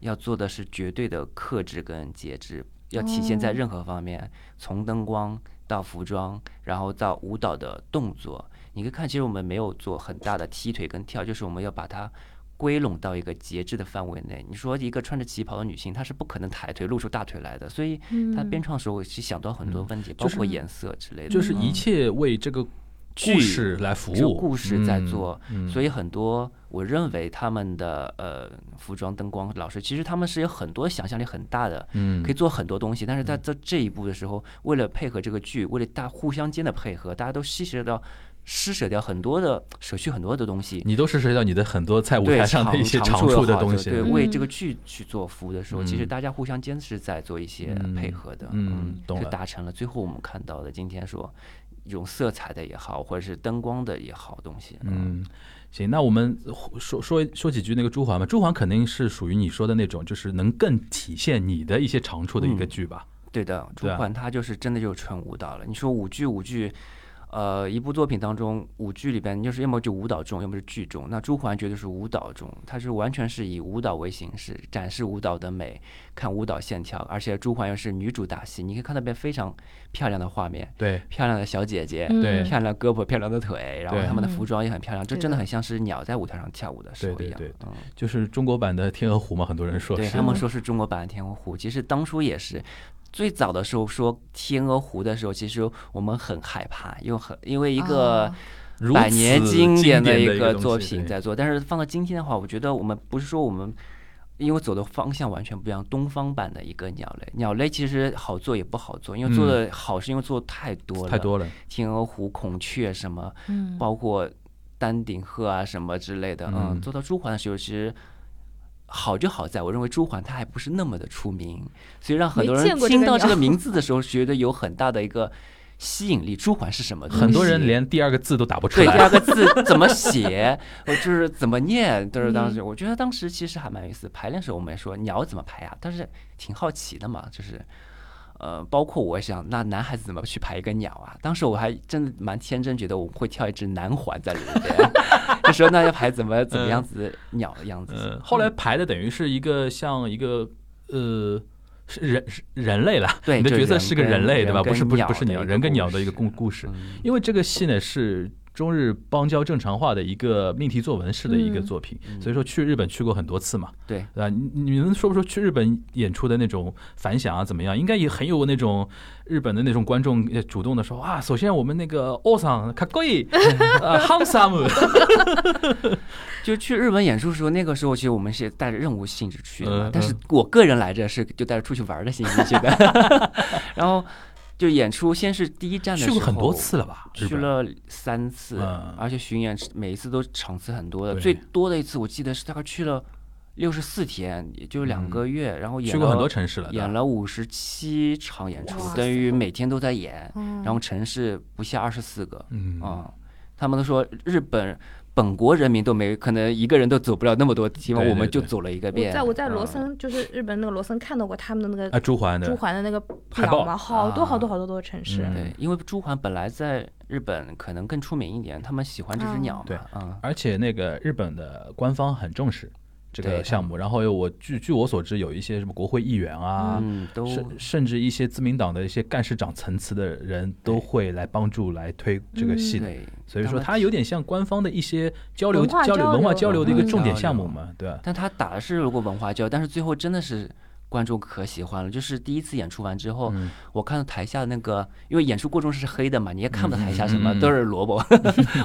S1: 要做的是绝对的克制跟节制，要体现在
S3: 哦
S1: 任何方面，从灯光到服装，然后到舞蹈的动作。你可以看，其实我们没有做很大的踢腿跟跳，就是我们要把它。归拢到一个节制的范围内。你说一个穿着旗袍的女性，她是不可能抬腿露出大腿来的，所以她
S3: 嗯
S1: 编创时候是想到很多问题，包
S2: 嗯就是
S1: 括颜色之类的，
S2: 就是一
S1: 嗯
S2: 切为这个
S1: 剧
S2: 故事来服
S1: 这个
S2: 务，
S1: 故事在做，
S2: 嗯，嗯
S1: 所以很多我认为他们的呃服装、灯光、老师，其实他们是有很多想象力很大的，
S2: 嗯
S1: 可以做很多东西。但是在在这一步的时候，为了配合这个剧，为了大互相间的配合，大家都吸取到施舍掉很多的舍去很多的东西，
S2: 你都是涉及到你的很多在舞
S1: 对
S2: 台上的一些长处的
S1: 也好
S2: 东西，
S1: 对，
S3: 嗯
S1: 为这个剧去做服务的时候，其实
S2: 嗯
S1: 大家互相间是在做一些
S2: 嗯
S1: 配合的，
S2: 嗯懂
S1: 就
S2: 了
S1: 达成了。最后我们看到的，今天说用色彩的也好，或者是灯光的也好东西，
S2: 嗯，行，那我们说说说几句那个朱环吧。朱环肯定是属于你说的那种，就是能更体现你的一些长处的
S1: 嗯
S2: 一个剧吧。
S1: 对的，朱
S2: 对啊
S1: 焕他就是真的就是纯舞蹈了。你说舞剧，舞剧，呃，一部作品当中，舞剧里边就是要么就舞蹈重，要么是剧重。那朱焕绝对是舞蹈重，他是完全是以舞蹈为形式展示舞蹈的美，看舞蹈线条。而且朱焕又是女主打戏，你可以看到边非常漂亮的画面，
S2: 对，
S1: 漂亮的小姐姐。
S3: 嗯
S2: 对
S1: 漂亮的胳膊，漂亮的腿，然后
S2: 对
S1: 她们的
S3: 嗯
S1: 服装也很漂亮，这
S3: 对
S1: 真的
S3: 的
S1: 很像是鸟在舞台上跳舞的时候
S2: 对
S1: 一
S2: 对
S1: 样。
S2: 对
S1: 嗯
S2: 就是中国版的天鹅湖嘛，很多人说
S1: 对啊
S2: 是
S1: 他们说是中国版的天鹅湖，其实当初也是。最早的时候说天鹅湖的时候，其实我们很害怕，又很因为一个
S3: 啊
S2: 如此
S1: 百年
S2: 经
S1: 典
S2: 的
S1: 一
S2: 个
S1: 个
S2: 东
S1: 作
S2: 西
S1: 品
S2: 对
S1: 在做。但是放到今天的话，我觉得我们不是说我们因为走的方向完全不一样，东方版的一个鸟类，鸟类其实好做也不好做，因为做的好是因为做得太多了，
S2: 嗯太多了。
S1: 天鹅湖、孔雀什么，
S3: 嗯，
S1: 包括丹顶鹤啊什么之类的，嗯，
S2: 嗯
S1: 做到朱鹮的时候，其实好就好在我认为朱鹮它还不是那么的出名，所以让很多
S3: 没
S1: 人
S3: 见过这个
S1: 听到这个
S3: 鸟
S1: 名字的时候，觉得有很大的一个吸引力。朱鹮是什么东西？
S2: 很多人连第二个字都打不出
S1: 对第
S2: 来。
S1: 二个字怎么 写，呃就是怎么念，就是当
S2: 嗯
S1: 时我觉得当时其实还蛮有意思。排练时候我们也说鸟怎么排啊，但是挺好奇的嘛，就是。呃，包括我想，那男孩子怎么去排一个鸟啊？当时我还真的蛮天真，觉得我会跳一只南环在里面， 就说那要排怎么怎么样子鸟的样子。
S2: 呃，嗯后来排的等于是一个像一个呃。是人是人类了，
S1: 对
S2: 你的
S1: 就是
S2: 角色
S1: 人
S2: 是个
S1: 跟
S2: 人类，对吧？
S1: 人
S2: 不是
S1: 跟
S2: 不是
S1: 鸟
S2: 不是
S1: 的
S2: 鸟，
S1: 一个
S2: 人跟
S1: 故
S2: 鸟的一个
S1: 事
S2: 故故事。
S1: 嗯
S2: 因为这个戏呢是中日邦交正常化的一个命题作文式的一个作品，
S1: 嗯
S2: 所以说去日本去过很多次嘛，
S1: 对
S2: 对吧？你你们说不说去日本演出的那种反响啊？怎么样？应该也很有那种日本的那种观众呃主动的说啊，首先我们那个奥桑卡贵， 呃，handsome，
S1: 就去日本演出的时候，那个时候其实我们是带着任务性质去的嘛，
S2: 嗯
S1: 但是
S2: 嗯
S1: 我个人来这是就带着出去玩儿的心情去的。 然后就演出，先是第一站的时候
S2: 去过很多，次了吧？日
S1: 去
S2: 本，
S1: 了三次，
S2: 嗯
S1: 而且巡演每一次都场次很多的，
S2: 对
S1: 最多的一次我记得是大概去了六十四天，也就两个月，然后演
S2: 嗯去过很
S1: 了
S2: 多城市了，对吧
S1: 演了五十七场演出
S3: 哇，塞
S1: 等于每天都在演，
S3: 嗯
S1: 然后城市不下二十四个，
S2: 嗯
S1: 啊、他们都说日本本国人民都没可能一个人都走不了那么多地方，
S2: 对对
S1: 我们就
S2: 对
S1: 走了一个
S3: 我
S1: 遍。
S3: 在我在罗
S1: 嗯
S3: 森，就是日本那个罗森看到过他们的那
S2: 啊，
S3: 个
S2: 朱环
S3: 朱
S2: 的，
S3: 环的那个
S2: 海报啊
S3: 表嘛，好多好多好多多城市。
S2: 嗯
S1: 对，因为朱鹮本来在日本可能更出名一点，他们喜欢这只
S3: 啊
S1: 鸟嘛，
S2: 对
S1: 嗯，
S2: 而且那个日本的官方很重视这
S1: 对
S2: 个
S1: 他
S2: 项目，然后有我据据我所知，有一些什么国会议员啊。
S1: 嗯，都
S2: 甚甚至一些自民党的一些干事长层次的人都会来帮助来推这个戏的，
S1: 嗯对，
S2: 所以
S1: 他
S2: 说
S1: 们
S2: 它有点像官方的一些交流、
S3: 文化
S2: 交流、
S3: 交流
S2: 文化交流的一个
S1: 嗯
S2: 重点项目嘛，对吧？
S1: 但他打的是如果文化交，但是最后真的是观众可喜欢了。就是第一次演出完之后，
S2: 嗯
S1: 我看到台下那个，因为演出过程中是黑的嘛，你也看不到台下什么，
S2: 嗯嗯嗯
S1: 都是萝 卜，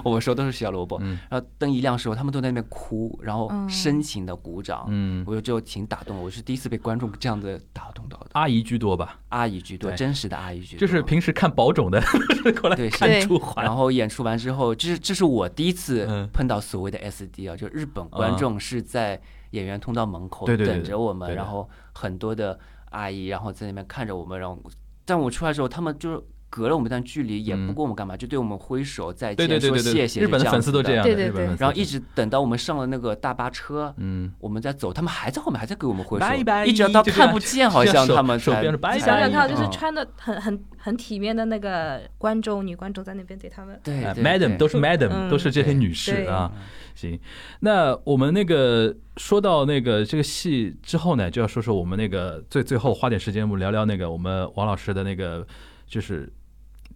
S1: 我们说都是小萝卜。
S2: 嗯
S1: 然后灯一亮的时候，他们都在那边哭，然后
S3: 嗯
S1: 深情的鼓掌。
S2: 嗯，
S1: 我就挺打动，我是第一次被观众这样子打动到的。
S2: 阿姨居多吧，
S1: 阿姨居多，
S2: 对
S1: 真实的阿姨居多，
S2: 就是平时看保种的 过来
S1: 对
S2: 看
S3: 是
S2: 朱环，
S1: 然后演出完之后，这是这是我第一次
S2: 嗯
S1: 碰到所谓的 SD 啊，就日本观众是在演员通道门口
S2: 对对对
S1: 等着我们，
S2: 对的
S1: 然后很多的阿姨，然后在那边看着我们，然后但我出来之后，他们就是隔了我们一段距离，也不
S2: 嗯
S1: 跟我们干嘛，就对我们挥手再
S2: 对
S1: 见，
S2: 对对
S1: 说
S2: 对
S1: 谢，
S2: 对
S1: 谢，
S2: 日本
S1: 是
S2: 的粉丝都
S1: 这
S2: 这
S1: 样
S2: 样
S1: 子
S2: 的，
S3: 对对
S2: 日本
S1: 的。
S2: 粉丝
S1: 然后一直等到我们上了那个大巴车，
S2: 嗯，
S1: 我们再走，他们还在后面，还在给我们挥手，
S2: 拜拜
S1: 一直到
S2: 就这
S1: 看
S2: 样
S1: 不见，好像
S2: 手
S1: 他们
S2: 手
S1: 才
S2: 边是拜拜
S3: 想想看，就是
S1: 嗯
S3: 穿的很很很体面的那个观众女观众在那边给他们
S1: 对
S2: 哎
S1: 对
S2: ，Madam
S1: 对
S2: 都是 Madam，、
S3: 嗯
S2: 都是这些
S1: 对
S2: 女士
S3: 对
S2: 啊。行，那我们那个说到那个这个戏之后呢，就要说说我们那个最最后花点时间，我们聊聊那个我们王老师的那个就是。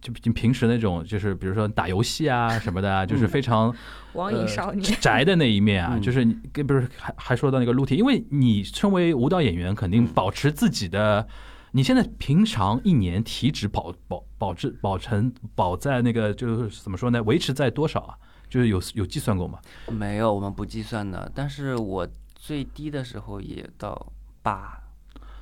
S2: 就就平时那种，就是比如说打游戏啊什么的啊，就是非常
S3: 网瘾少女。
S2: 呃宅的那一面啊，
S1: 嗯
S2: 就是你跟不是还还说到那个陆体，因为你身为舞蹈演员，肯
S1: 嗯
S2: 定保持自己的，你现在平常一年体脂保保保质保成保在那个就是怎么说呢，维持在多少啊？就是有有计算过吗？
S1: 没有，我们不计算的。但是我最低的时候也到八，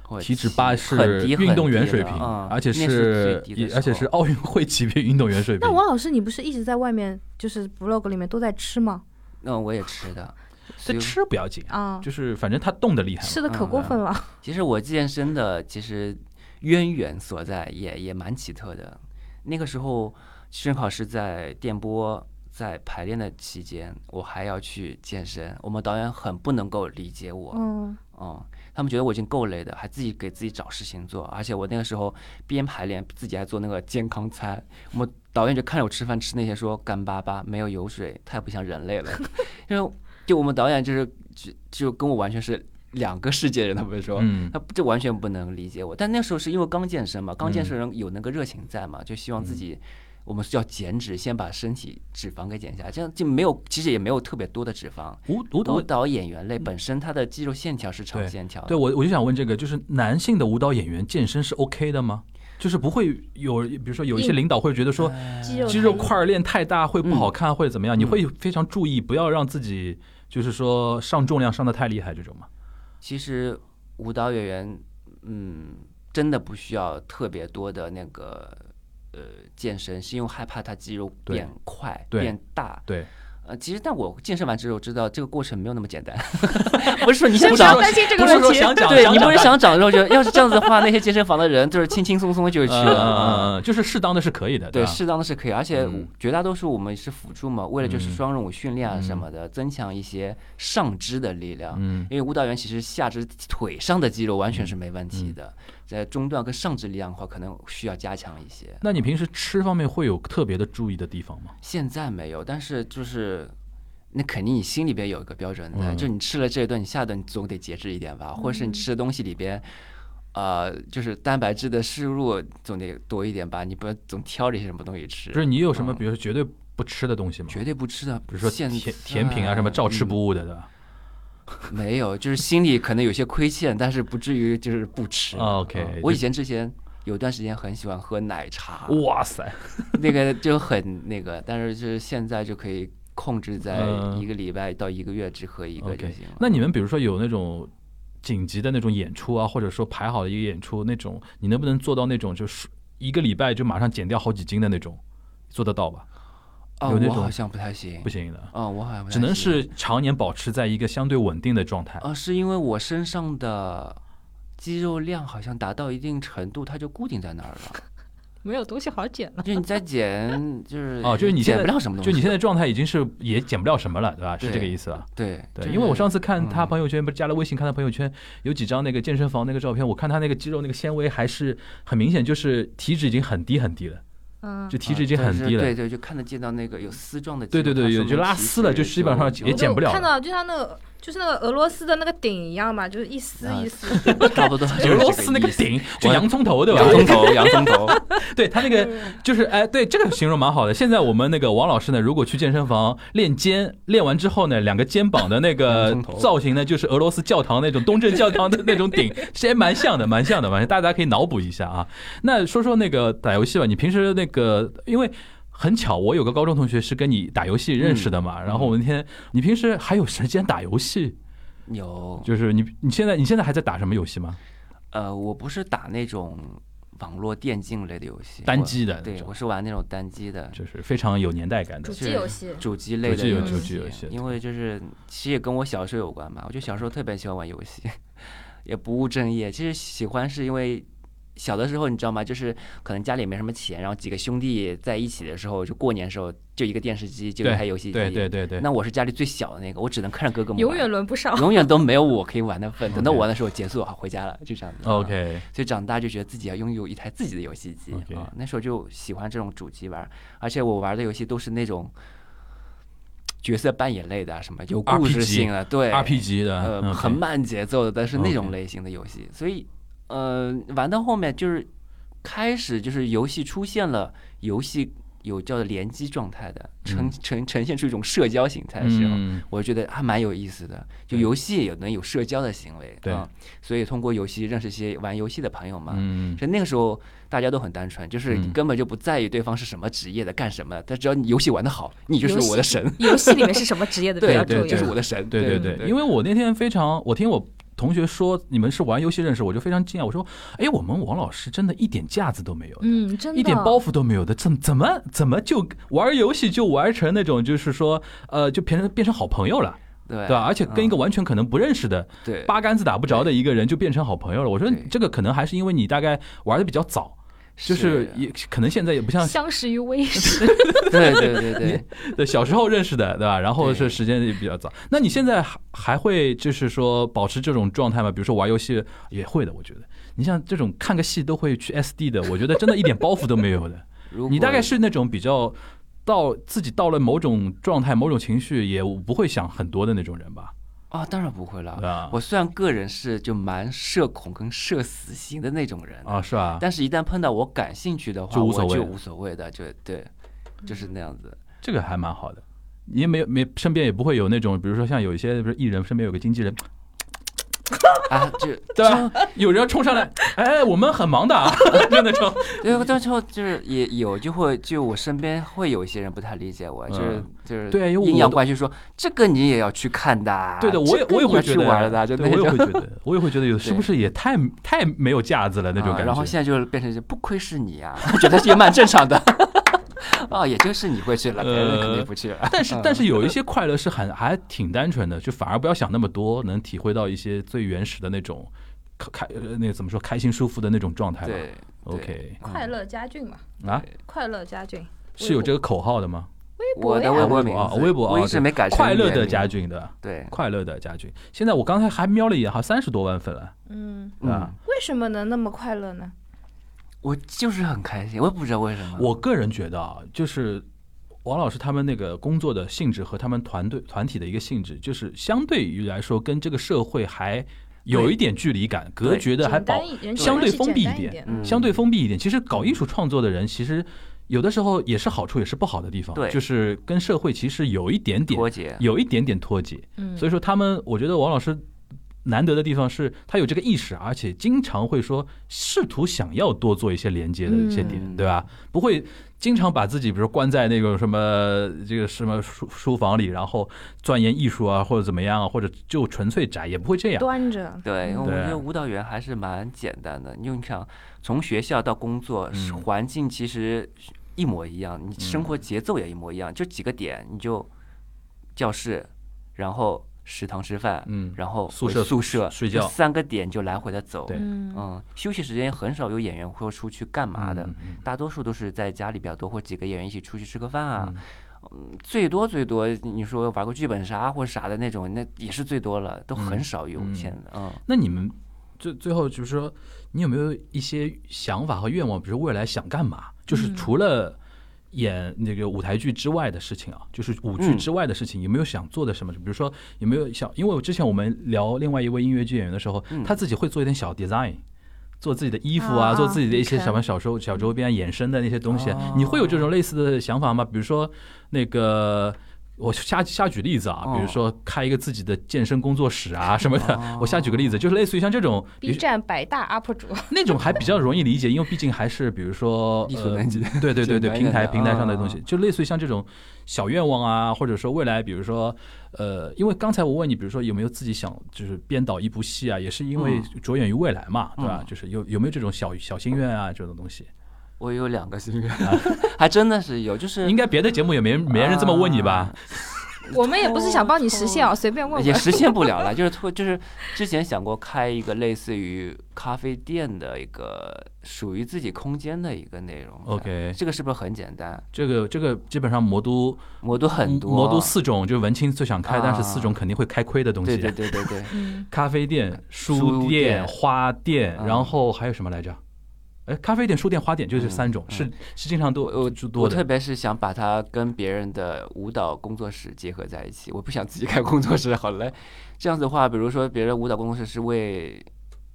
S1: 土耳其
S2: 体脂八
S1: 很
S2: 是
S1: 低很
S2: 运动员
S1: 低
S2: 水
S1: 了
S2: 平，
S1: 嗯
S2: 而且
S1: 那是最低
S2: 也
S1: 的
S2: 而且
S1: 时
S2: 是
S1: 候
S2: 奥运会级别运动员水平
S3: 那。王老师，你不是一直在外面就是 vlog 里面都在吃吗？
S1: 那我也吃的，所
S2: 这
S1: 以
S2: 吃不要紧，
S3: 啊，
S2: 就是反正他动的厉害嘛。
S3: 吃的可过分了。
S1: 其实我健身的其实渊源所在也也蛮奇特的。那个时候正好是在电波在排练的期间，我还要去健身，我们导演很不能够理解我，
S3: 嗯，
S1: 嗯，他们觉得我已经够累的，还自己给自己找事情做，而且我那个时候边排练，自己还做那个健康餐。我们导演就看着我吃饭吃那些，说干巴巴，没有油水，太不像人类了。 因为就我们导演就是就就跟我完全是两个世界人，他们说，
S2: 嗯，
S1: 他这完全不能理解我。但那时候是因为刚健身嘛，刚
S2: 嗯
S1: 健身人有那个热情在嘛，就希望自己。我们是要减脂，先把身体脂肪给减下来，这样就没有，其实也没有特别多的脂肪。
S2: 舞舞
S1: 舞
S2: 蹈，嗯
S1: 蹈演员类本身它的肌肉线条是长
S2: 对
S1: 线条的，
S2: 对我我就想问这个，就是男性的舞蹈演员健身是 OK 的吗？就是不会有，比如说有一些
S3: 硬
S2: 领导会觉得说
S3: 肌
S1: 嗯
S3: 肉
S2: 肌嗯肉块儿练太大会不好看，或者怎么样，你会非常注意，不要让自己就是说上重量上的太厉害这种嘛。
S1: 其实舞蹈演员，嗯，真的不需要特别多的那个呃健身，是因为害怕他肌肉
S2: 对
S1: 变快
S2: 对
S1: 变大。
S2: 对，
S1: 呃，其实但我健身完之后知道这个过程没有那么 简单，不是说你想
S3: 不
S1: 长
S3: 要。担心这个
S2: 不是
S3: 问
S2: 说
S3: 题。
S2: 想长，
S1: 对
S2: 想
S1: 你不
S2: 长
S1: 是
S2: 大
S1: 想长肉就要是这样子的话，那些健身房的人就是轻轻松松就去了。嗯
S2: 呃，就是适当的是可以的，
S1: 对，
S2: 吧
S1: 适当的是可以，而且
S2: 嗯
S1: 绝大多数我们是辅助嘛，为了就是
S2: 嗯
S1: 双任务训练啊什
S2: 嗯
S1: 么的，增强一些上肢的力量。
S2: 嗯
S1: 因为舞蹈员其实下肢腿上的肌肉完全是没问
S2: 嗯
S1: 题的，在中段跟上肢力量的话，可能需要加强一些。
S2: 那你平时吃方面会有特别的注意的地方吗？
S1: 现在没有，但是就是。那肯定，你心里边有一个标准在，
S2: 嗯
S1: 就你吃了这一顿，你下顿你总得节制一点吧，或者是你吃的东西里边，呃，就是蛋白质的摄入总得多一点吧，你不要总挑着一些什么东西吃。
S2: 就是你有什么，
S1: 嗯
S2: 比如说绝对不吃的东西吗？
S1: 绝对不吃的，
S2: 比如说
S1: 现
S2: 甜甜品啊什么，照吃
S1: 嗯
S2: 不误的，对吧
S1: 没有，就是心里可能有些亏欠，但是不至于就是不吃。
S2: 哦？OK，
S1: 嗯
S2: 就
S1: 我以前之前有段时间很喜欢喝奶茶，
S2: 哇塞，
S1: 那个就很那个，但是就是现在就可以控制在
S2: 嗯
S1: 一个礼拜到一个月只喝一个就
S2: OK
S1: 行了。
S2: 那你们比如说有那种紧急的那种演出啊，或者说排好的一个演出那种，你能不能做到那种就是一个礼拜就马上减掉好几斤的那种？做得到吧？
S1: 啊、
S2: 有那
S1: 我
S2: 种
S1: 好像不太行，
S2: 不行的，
S1: 啊、我好像不太
S2: 只能是常年保持在一个相对稳定的状态。
S1: 啊、是因为我身上的肌肉量好像达到一定程度，它就固定在那儿了。
S3: 没有东西好减了。
S1: 就你再减， 就是
S2: 哦就是你现
S1: 减
S2: 在
S1: 不了什么东西
S2: 就
S1: 了，
S2: 你现在状态已经是也减不了什么了，对吧？是
S1: 对
S2: 这个意思吧？
S1: 对
S2: 对，
S1: 就
S2: 因为我
S1: 是
S2: 上次看他
S1: 嗯
S2: 朋友圈，不是加了微信看他朋友圈，有几张那个健身房那个照片，我看他那个肌肉那个纤维还是很明显，就是体脂已经很低很低了，
S3: 嗯，
S2: 就体脂已
S1: 嗯
S2: 经
S1: 但
S2: 很
S1: 是
S2: 低了。
S1: 对对，就看得见到那个有丝状的肌
S2: 对
S1: 肉，
S2: 对对
S1: 它
S2: 有
S1: 说
S2: 就
S1: 明
S2: 拉
S1: 其
S2: 丝了就
S1: 实
S2: 基本上也
S3: 我
S2: 减不了
S3: 看
S2: 了
S3: 到就像那个就是那个俄罗斯的那个顶一样嘛，就是一丝
S1: 啊
S3: 一丝。
S1: 差不多 就是这
S2: 俄罗斯那个
S1: 意思
S2: 顶，就
S1: 我
S2: 洋葱头对吧？
S1: 洋葱头，洋葱头， 嗯
S2: 对他那个就是哎，对这个形容蛮好的。现在我们那个王老师呢，如果去健身房练肩，练完之后呢，两个肩膀的那
S1: 洋
S2: 个
S1: 葱头
S2: 造型呢，就是俄罗斯教堂那种东正教堂的那种 顶，其实蛮像的，蛮像的，蛮像。大家可以脑补一下啊。那说说那个打游戏吧，你平时那个因为。很巧，我有个高中同学是跟你打游戏认识的嘛，
S1: 嗯
S2: 然后我那天，你平时还有时间打游戏？
S1: 有
S2: 就是你你现在你现在还在打什么游戏吗？
S1: 呃，我不是打那种网络电竞类的游戏，
S2: 单
S1: 我
S2: 机的那
S1: 对，
S2: 种
S1: 我是玩那种单机的
S2: 就是非常有年代感的
S3: 主。机游戏，
S1: 主机类
S2: 主
S1: 的
S2: 机
S3: 游
S1: 游
S3: 主
S1: 戏
S2: 机游戏
S1: 因为就是其实也跟我小时候有关吧。我就小时候特别喜欢玩游戏， 也不务正业。其实喜欢是因为小的时候你知道吗？就是可能家里没什么钱，然后几个兄弟在一起的时候，就过年时候就一个电视机，就一台游戏机。
S2: 对对对对，
S1: 那我是家里最小的那个，我只能看着哥哥们
S3: 永
S1: 玩
S3: 远轮 不上。
S1: 永远都没有我可以玩的份。等到
S2: OK
S1: 我玩的时候结束，好啊回家了，就这样子。
S2: 哦 OK，
S1: 所以长大就觉得自己要拥有一台自己的游戏机
S2: OK
S1: 啊。那时候就喜欢这种主机玩儿，而且我玩的游戏都是那种角色扮演类的啊，什么有故事
S2: RPG
S1: 性的，对
S2: RPG 的，
S1: 呃，
S2: 嗯
S1: 很，慢节奏的，但是那种
S2: OK
S1: 类型的游戏。所以，呃，玩到后面就是开始就是游戏出现了游戏有叫做联机状态的，呈
S2: 嗯
S1: 呈呈现出一种社交形态的时候，
S2: 嗯，
S1: 我觉得还蛮有意思的，就
S2: 对
S1: 游戏也能有社交的行为，
S2: 对
S1: 啊，所以通过游戏认识一些玩游戏的朋友嘛。
S2: 嗯，
S1: 所以那个时候大家都很单纯，就是你
S2: 嗯
S1: 根本就不在意对方是什么职业的、干什么的，但只要你游戏玩得好，你就是
S3: 游戏
S1: 我的神，
S3: 游戏里面是什么职业的比较
S1: 对
S3: 重要？
S2: 对
S1: 就是我的神，
S2: 对
S1: 对
S2: 对对，
S1: 为
S2: 因为我那天非常，我听我同学说你们是玩游戏认识，我就非常惊讶。我说，哎，我们王老师真的一点架子都没有的，
S3: 嗯，真的，
S2: 一点包袱都没有的，怎怎么怎么就玩游戏就玩成那种，就是说，呃，就变成变成好朋友了，
S1: 对
S2: 对吧？而且跟一个
S1: 嗯
S2: 完全可能不认识的、
S1: 对
S2: 八竿子打不着的一个人就变成好朋友了。我说
S1: 对啊
S2: 这个可能还是因为你大概玩的比较早，就是也可能现在也不像
S3: 相识于微时。
S1: 对对对对，
S2: 对，小时候认识的，对吧？然后
S1: 对
S2: 是时间也比较早。那你现在还还会就是说保持这种状态吗？比如说玩游戏也会的，我觉得。你像这种看个戏都会去 SD 的，我觉得真的一点包袱都没有 的。
S1: 如
S2: 你大
S1: 果
S2: 概是那种比较到自己到了某种状态、某种情绪，也不会想很多的那种人吧？
S1: 啊，当然不会了
S2: 对。吧？
S1: 我虽然个人是就蛮社恐跟社死型的那种人，
S2: 啊，是吧？
S1: 但是一旦碰到我感兴趣的话，
S2: 就无
S1: 我
S2: 所谓
S1: 就
S2: 了
S1: 无所谓的，就对，
S3: 嗯
S1: 就是那样子。
S2: 这个还蛮好的。你也没有没身边也不会有那种，比如说像有一些不是艺人身边有个经 纪人，
S1: 啊，就
S2: 对吧？有人要冲上来， 哎，我们很忙的、啊，就那种。
S1: 对，到时候就是也有就会就我身边会有一些人不太理解我，就是
S2: 嗯
S1: 就是
S2: 对因为
S1: 阴
S2: 我
S1: 阳
S2: 的
S1: 怪气说这个你也要去看的，啊
S2: 对的，我也
S1: 这个
S2: 我也
S1: 你要
S2: 会觉
S1: 去
S2: 得啊
S1: 玩的，就
S2: 对
S1: 那
S2: 我也会
S1: 种
S2: 觉得，我也会觉得有是
S1: 对
S2: 不是也太太没有架子了那种
S1: 啊
S2: 感觉。
S1: 然后现在就变成就不亏是你 啊，觉得也蛮正常的。啊，也就是你会去了，别人
S2: 呃
S1: 肯定不去了。
S2: 但是但是有一些快乐是很还挺单纯的，就反而不要想那么多，能体会到一些最原始的那种开开呃那个怎么说开心舒服的那种状态吧。
S1: 对嗯
S2: OK
S3: 快乐家俊嘛，
S2: 啊，
S3: 快乐家俊
S2: 是有这个口号的吗？
S1: 我的
S3: 微
S1: 微
S3: 博
S1: 博
S2: 呀
S1: 名
S2: 啊
S1: 字，
S2: 微博啊
S1: 我一直
S2: 对
S1: 没改成
S2: 快乐
S1: 原
S2: 的
S1: 名
S2: 家啊俊的
S1: 对，
S2: 快乐的家俊，现在我刚才还瞄了一眼，好像三十多万啊粉了，
S3: 嗯，
S2: 对吧？
S1: 嗯
S3: 为什么能那么快乐呢？
S1: 我就是很开心，我也不知道为什么。
S2: 我个人觉得啊，就是王老师他们那个工作的性质和他们团队团体的一个性质，就是相对于来说跟这个社会还有一点距离感，隔绝的还
S3: 简
S2: 保
S3: 单一人际
S2: 相
S3: 关
S2: 对
S3: 系
S2: 封
S3: 简
S2: 闭
S3: 单
S2: 一
S3: 一
S2: 点
S3: 点，
S1: 嗯
S2: 相对封闭一点。其实搞艺术创作的人，其实有的时候也是好处，也是不好的地方，
S1: 对
S2: 就是跟社会其实有一点点
S1: 脱节，
S2: 有一点点脱节。
S3: 嗯，
S2: 所以说他们，我觉得王老师难得的地方是他有这个意识，而且经常会说试图想要多做一些连接的一些点，
S1: 嗯
S2: 对吧？不会经常把自己比如说关在那个什么这个什么书书房里，然后钻研艺术啊，或者怎么样啊，或者就纯粹宅，也不会这样。
S3: 端着，
S1: 对，因为我
S2: 对
S1: 觉得舞蹈员还是蛮简单的。因为你想，从学校到工作，是
S2: 嗯
S1: 环境其实一模一样，你生活节奏也一模一样，就几个点，你就教室，然后食堂吃饭，
S2: 嗯
S1: 然后
S2: 宿
S1: 回
S2: 舍
S1: 宿舍
S2: 睡
S1: 就
S2: 觉
S1: 三个点就来回的走。
S2: 对啊
S3: 嗯，
S1: 嗯，休息时间很少有演员会出去干嘛的，
S2: 嗯嗯
S1: 大多数都是在家里比较多，或几个演员一起出去吃个饭啊
S2: 嗯。
S1: 最多最多，你说玩个剧本杀或啥的那种，那也是最多了，都很
S2: 嗯
S1: 少有
S2: 嗯
S1: 现在。嗯，
S2: 那你们最最后就是说，你有没有一些想法和愿望？比如未来想干嘛？就是
S3: 嗯
S2: 除了演那个舞台剧之外的事情啊，就是舞剧
S1: 嗯
S2: 之外的事情，有没有想做的什么？比如说有没有想？因为我之前我们聊另外一位音乐剧演员的时候，
S1: 嗯
S2: 他自己会做一点小 design。做自己的衣服啊，
S3: 啊
S2: 做自己的一些
S3: ，OK
S2: 什么小周小周边衍生的那些东西，
S1: 哦
S2: 你会有这种类似的想法吗？比如说那个，我瞎瞎举例子啊，比如
S1: 哦
S2: 说开一个自己的健身工作室啊什么的，
S1: 哦
S2: 我瞎举个例子，就是类似于像这种，比
S3: B
S2: 如
S3: 站百大 UP 主，
S2: 那种还比较容易理解，因为毕竟还是比 如说
S1: 力所能及的
S2: 呃，对对对对，
S1: 简单一点的
S2: 平台平台上的东西
S1: 嗯，
S2: 就类似于像这种小愿望啊，或者说未来，比如说呃，因为刚才我问你，比如说有没有自己想就是编导一部戏啊，也是因为着眼于未来嘛，对吧
S1: 嗯？
S2: 就是有有没有这种小小心愿啊这种东 西？
S1: 我有两个心愿，
S2: 啊
S1: 还真的是有，就是
S2: 应该别的节目也没人没人这么问你
S1: 啊
S2: 吧？
S3: 我们也不是想帮你 实现啊，随便问
S1: 也
S3: 问。
S1: 实现不了了。就是突，就是之前想过开一个类似于咖啡店的一个属于自己空间的一个内容。
S2: OK
S1: 这个是不是很简单？
S2: 这个这个基本上魔都
S1: 魔都很多，
S2: 嗯魔都四种就是文青最想开，
S1: 啊
S2: 但是四种肯定会开亏的东
S1: 对
S2: 西。
S1: 对对对对，
S3: 嗯，
S2: 咖啡店、
S1: 书
S2: 书
S1: 店
S2: 店、花店，
S1: 嗯
S2: 然后还有什么来着？哎，咖啡店、书店、花店就
S1: 嗯
S2: 是三种，
S1: 嗯
S2: 是是经常都
S1: 我
S2: 就
S1: 我
S2: 多
S1: 特
S2: 的。
S1: 别是想把它跟别人的舞蹈工作室结合在一起，我不想自己开工作室，好累。这样子的话，比如说别人舞蹈工作室是为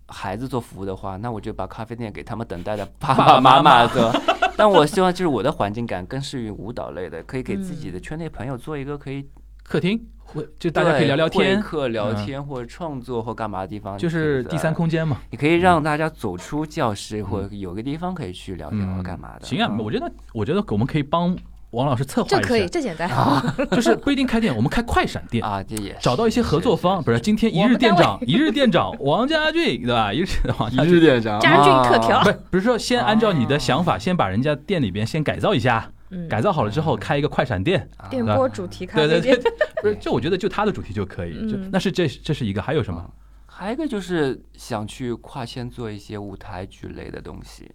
S1: 孩子做服务的话，那我就把咖啡店给他们等待的爸爸
S2: 爸
S1: 妈
S2: 妈
S1: 妈做。但我希望就是我的环境感更适于舞蹈类的，可以给自己的圈内朋友做一个可以
S2: 客厅会就大家可
S1: 对
S2: 以聊聊
S1: 会
S2: 天，
S1: 客聊
S2: 嗯
S1: 天或者创作或干嘛的地方，
S2: 就是第三
S1: 空，
S2: 空间嗯嘛。
S1: 你可以让大家走出教室，或者有个地方可以去聊天或
S2: 嗯
S1: 干嘛的。
S2: 行啊，
S1: 嗯
S2: 我觉得我觉得我们可以帮王老师策划
S3: 这
S2: 一
S3: 可以，
S2: 下，啊
S3: 这简单。
S2: 就是不一定开店，我们开快闪店。
S1: 啊，这也是
S2: 找到一些合作方，不是今天一日店长，一日店长王家俊，对吧？一日 王家
S1: 一
S2: 俊，
S1: 日店长，
S3: 家
S1: 啊
S3: 具特调
S2: 不是不是说先按照你的想法，先把人家店里边先改造一下，
S3: 哦嗯，
S2: 改造好了之后开一个快闪店，
S3: 电
S2: 对吧
S3: 波主题咖
S2: 对对
S3: 啡
S2: 对
S3: 店，，
S2: 不是这我觉得就他的主题就可以，就
S3: 嗯
S2: 那是这这是一个，还有什么？
S1: 还有一个就是想去跨线做一些舞台剧类的东西，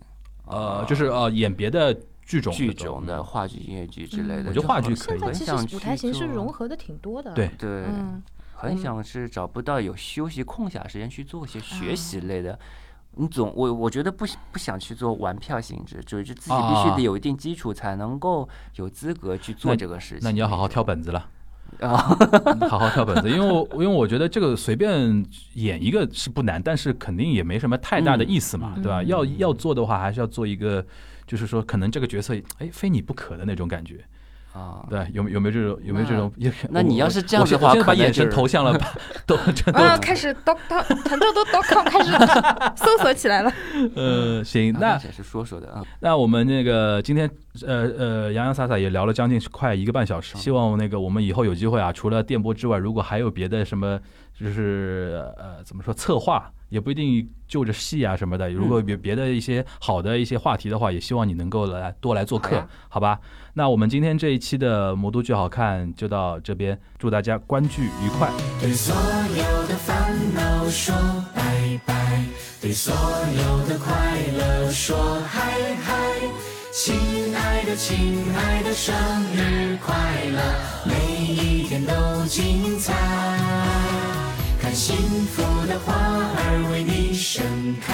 S3: 啊
S2: 呃，就是呃演别的剧种
S1: 剧
S2: 那种
S1: 种的话剧、音乐剧
S3: 嗯
S1: 之类的。
S2: 我觉得话剧
S1: 就
S2: 可
S1: 很
S2: 以
S3: 现在其
S1: 很想
S3: 实舞台
S1: 去
S3: 形式
S1: 做
S3: 融合的挺多的。
S2: 对
S1: 对，
S3: 嗯，
S1: 很想是找不到有休息空暇时间去做一些
S3: 啊
S1: 学习类的。你总我我觉得不不想去做玩票性质，就是自己必须
S2: 啊
S1: 得有一定基础，才能够有资格去做
S2: 那
S1: 这个事情。
S2: 那你要好好挑本子了，
S1: 啊！
S2: 好好挑本子，因为我因为我觉得这个随便演一个是不难，但是肯定也没什么太大的意思嘛，
S3: 嗯
S2: 对吧？
S3: 嗯
S2: 要要做的话，还是要做一个，就是说可能这个角色哎非你不可的那种感觉，
S1: 啊，
S2: 对，有有没有这种有没有这种？
S1: 那
S2: 我
S1: 你要
S2: 我
S1: 是这样子的话
S2: 我现在把
S1: 可能
S2: 眼神
S1: 就是
S2: 投向了吧豆豆
S3: 啊，开始 dot dot 糖豆豆 dot com 开始搜索起来了。
S2: 呃，行，那
S1: 也是说说的啊，
S2: 那我们那个今天呃呃洋洋洒洒也聊了将近快一个半小时，希望那个我们以后有机会啊，除了电波之外，如果还有别的什么就是呃怎么说策划，也不一定就着戏啊什么的，如
S1: 嗯
S2: 果别别的一些好的一些话题的话，也希望你能够来多来做
S1: 好
S2: 客
S1: 呀，
S2: 好吧？那我们今天这一期的魔都剧好看就到这边，祝大家观剧愉快。
S5: 对所有的烦恼说拜拜，对所有的快乐说嗨嗨，亲爱的亲爱的生日快乐，每一天都精彩，看幸福的花儿为你盛开，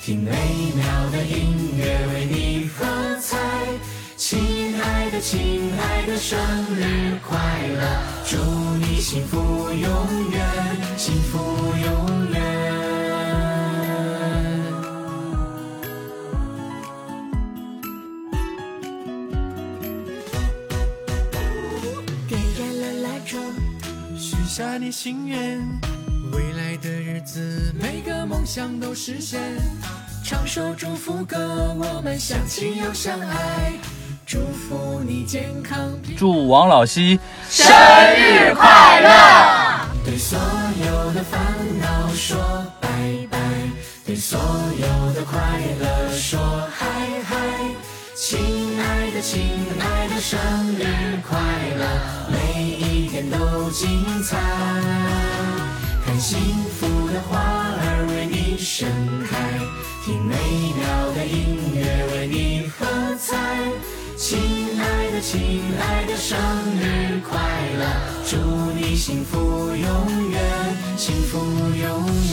S5: 听美妙的音乐为你喝彩。亲爱的，亲爱的，生日快乐！祝你幸福永远，幸福永远。
S6: 点燃了蜡烛，
S5: 许下你心愿，未来的日子每个梦想都实现。唱首祝福歌，我们相亲又相爱，祝福你健康平安。
S2: 祝王老西
S5: 对所有的烦恼说拜拜，对所有的快乐说嗨嗨。亲爱的，亲爱的，生日快乐，每一天都精彩。看幸福的花儿为你盛开，听美妙的音乐为你喝彩。亲爱的，亲爱的，生日快乐！祝你幸福永远，幸福永远。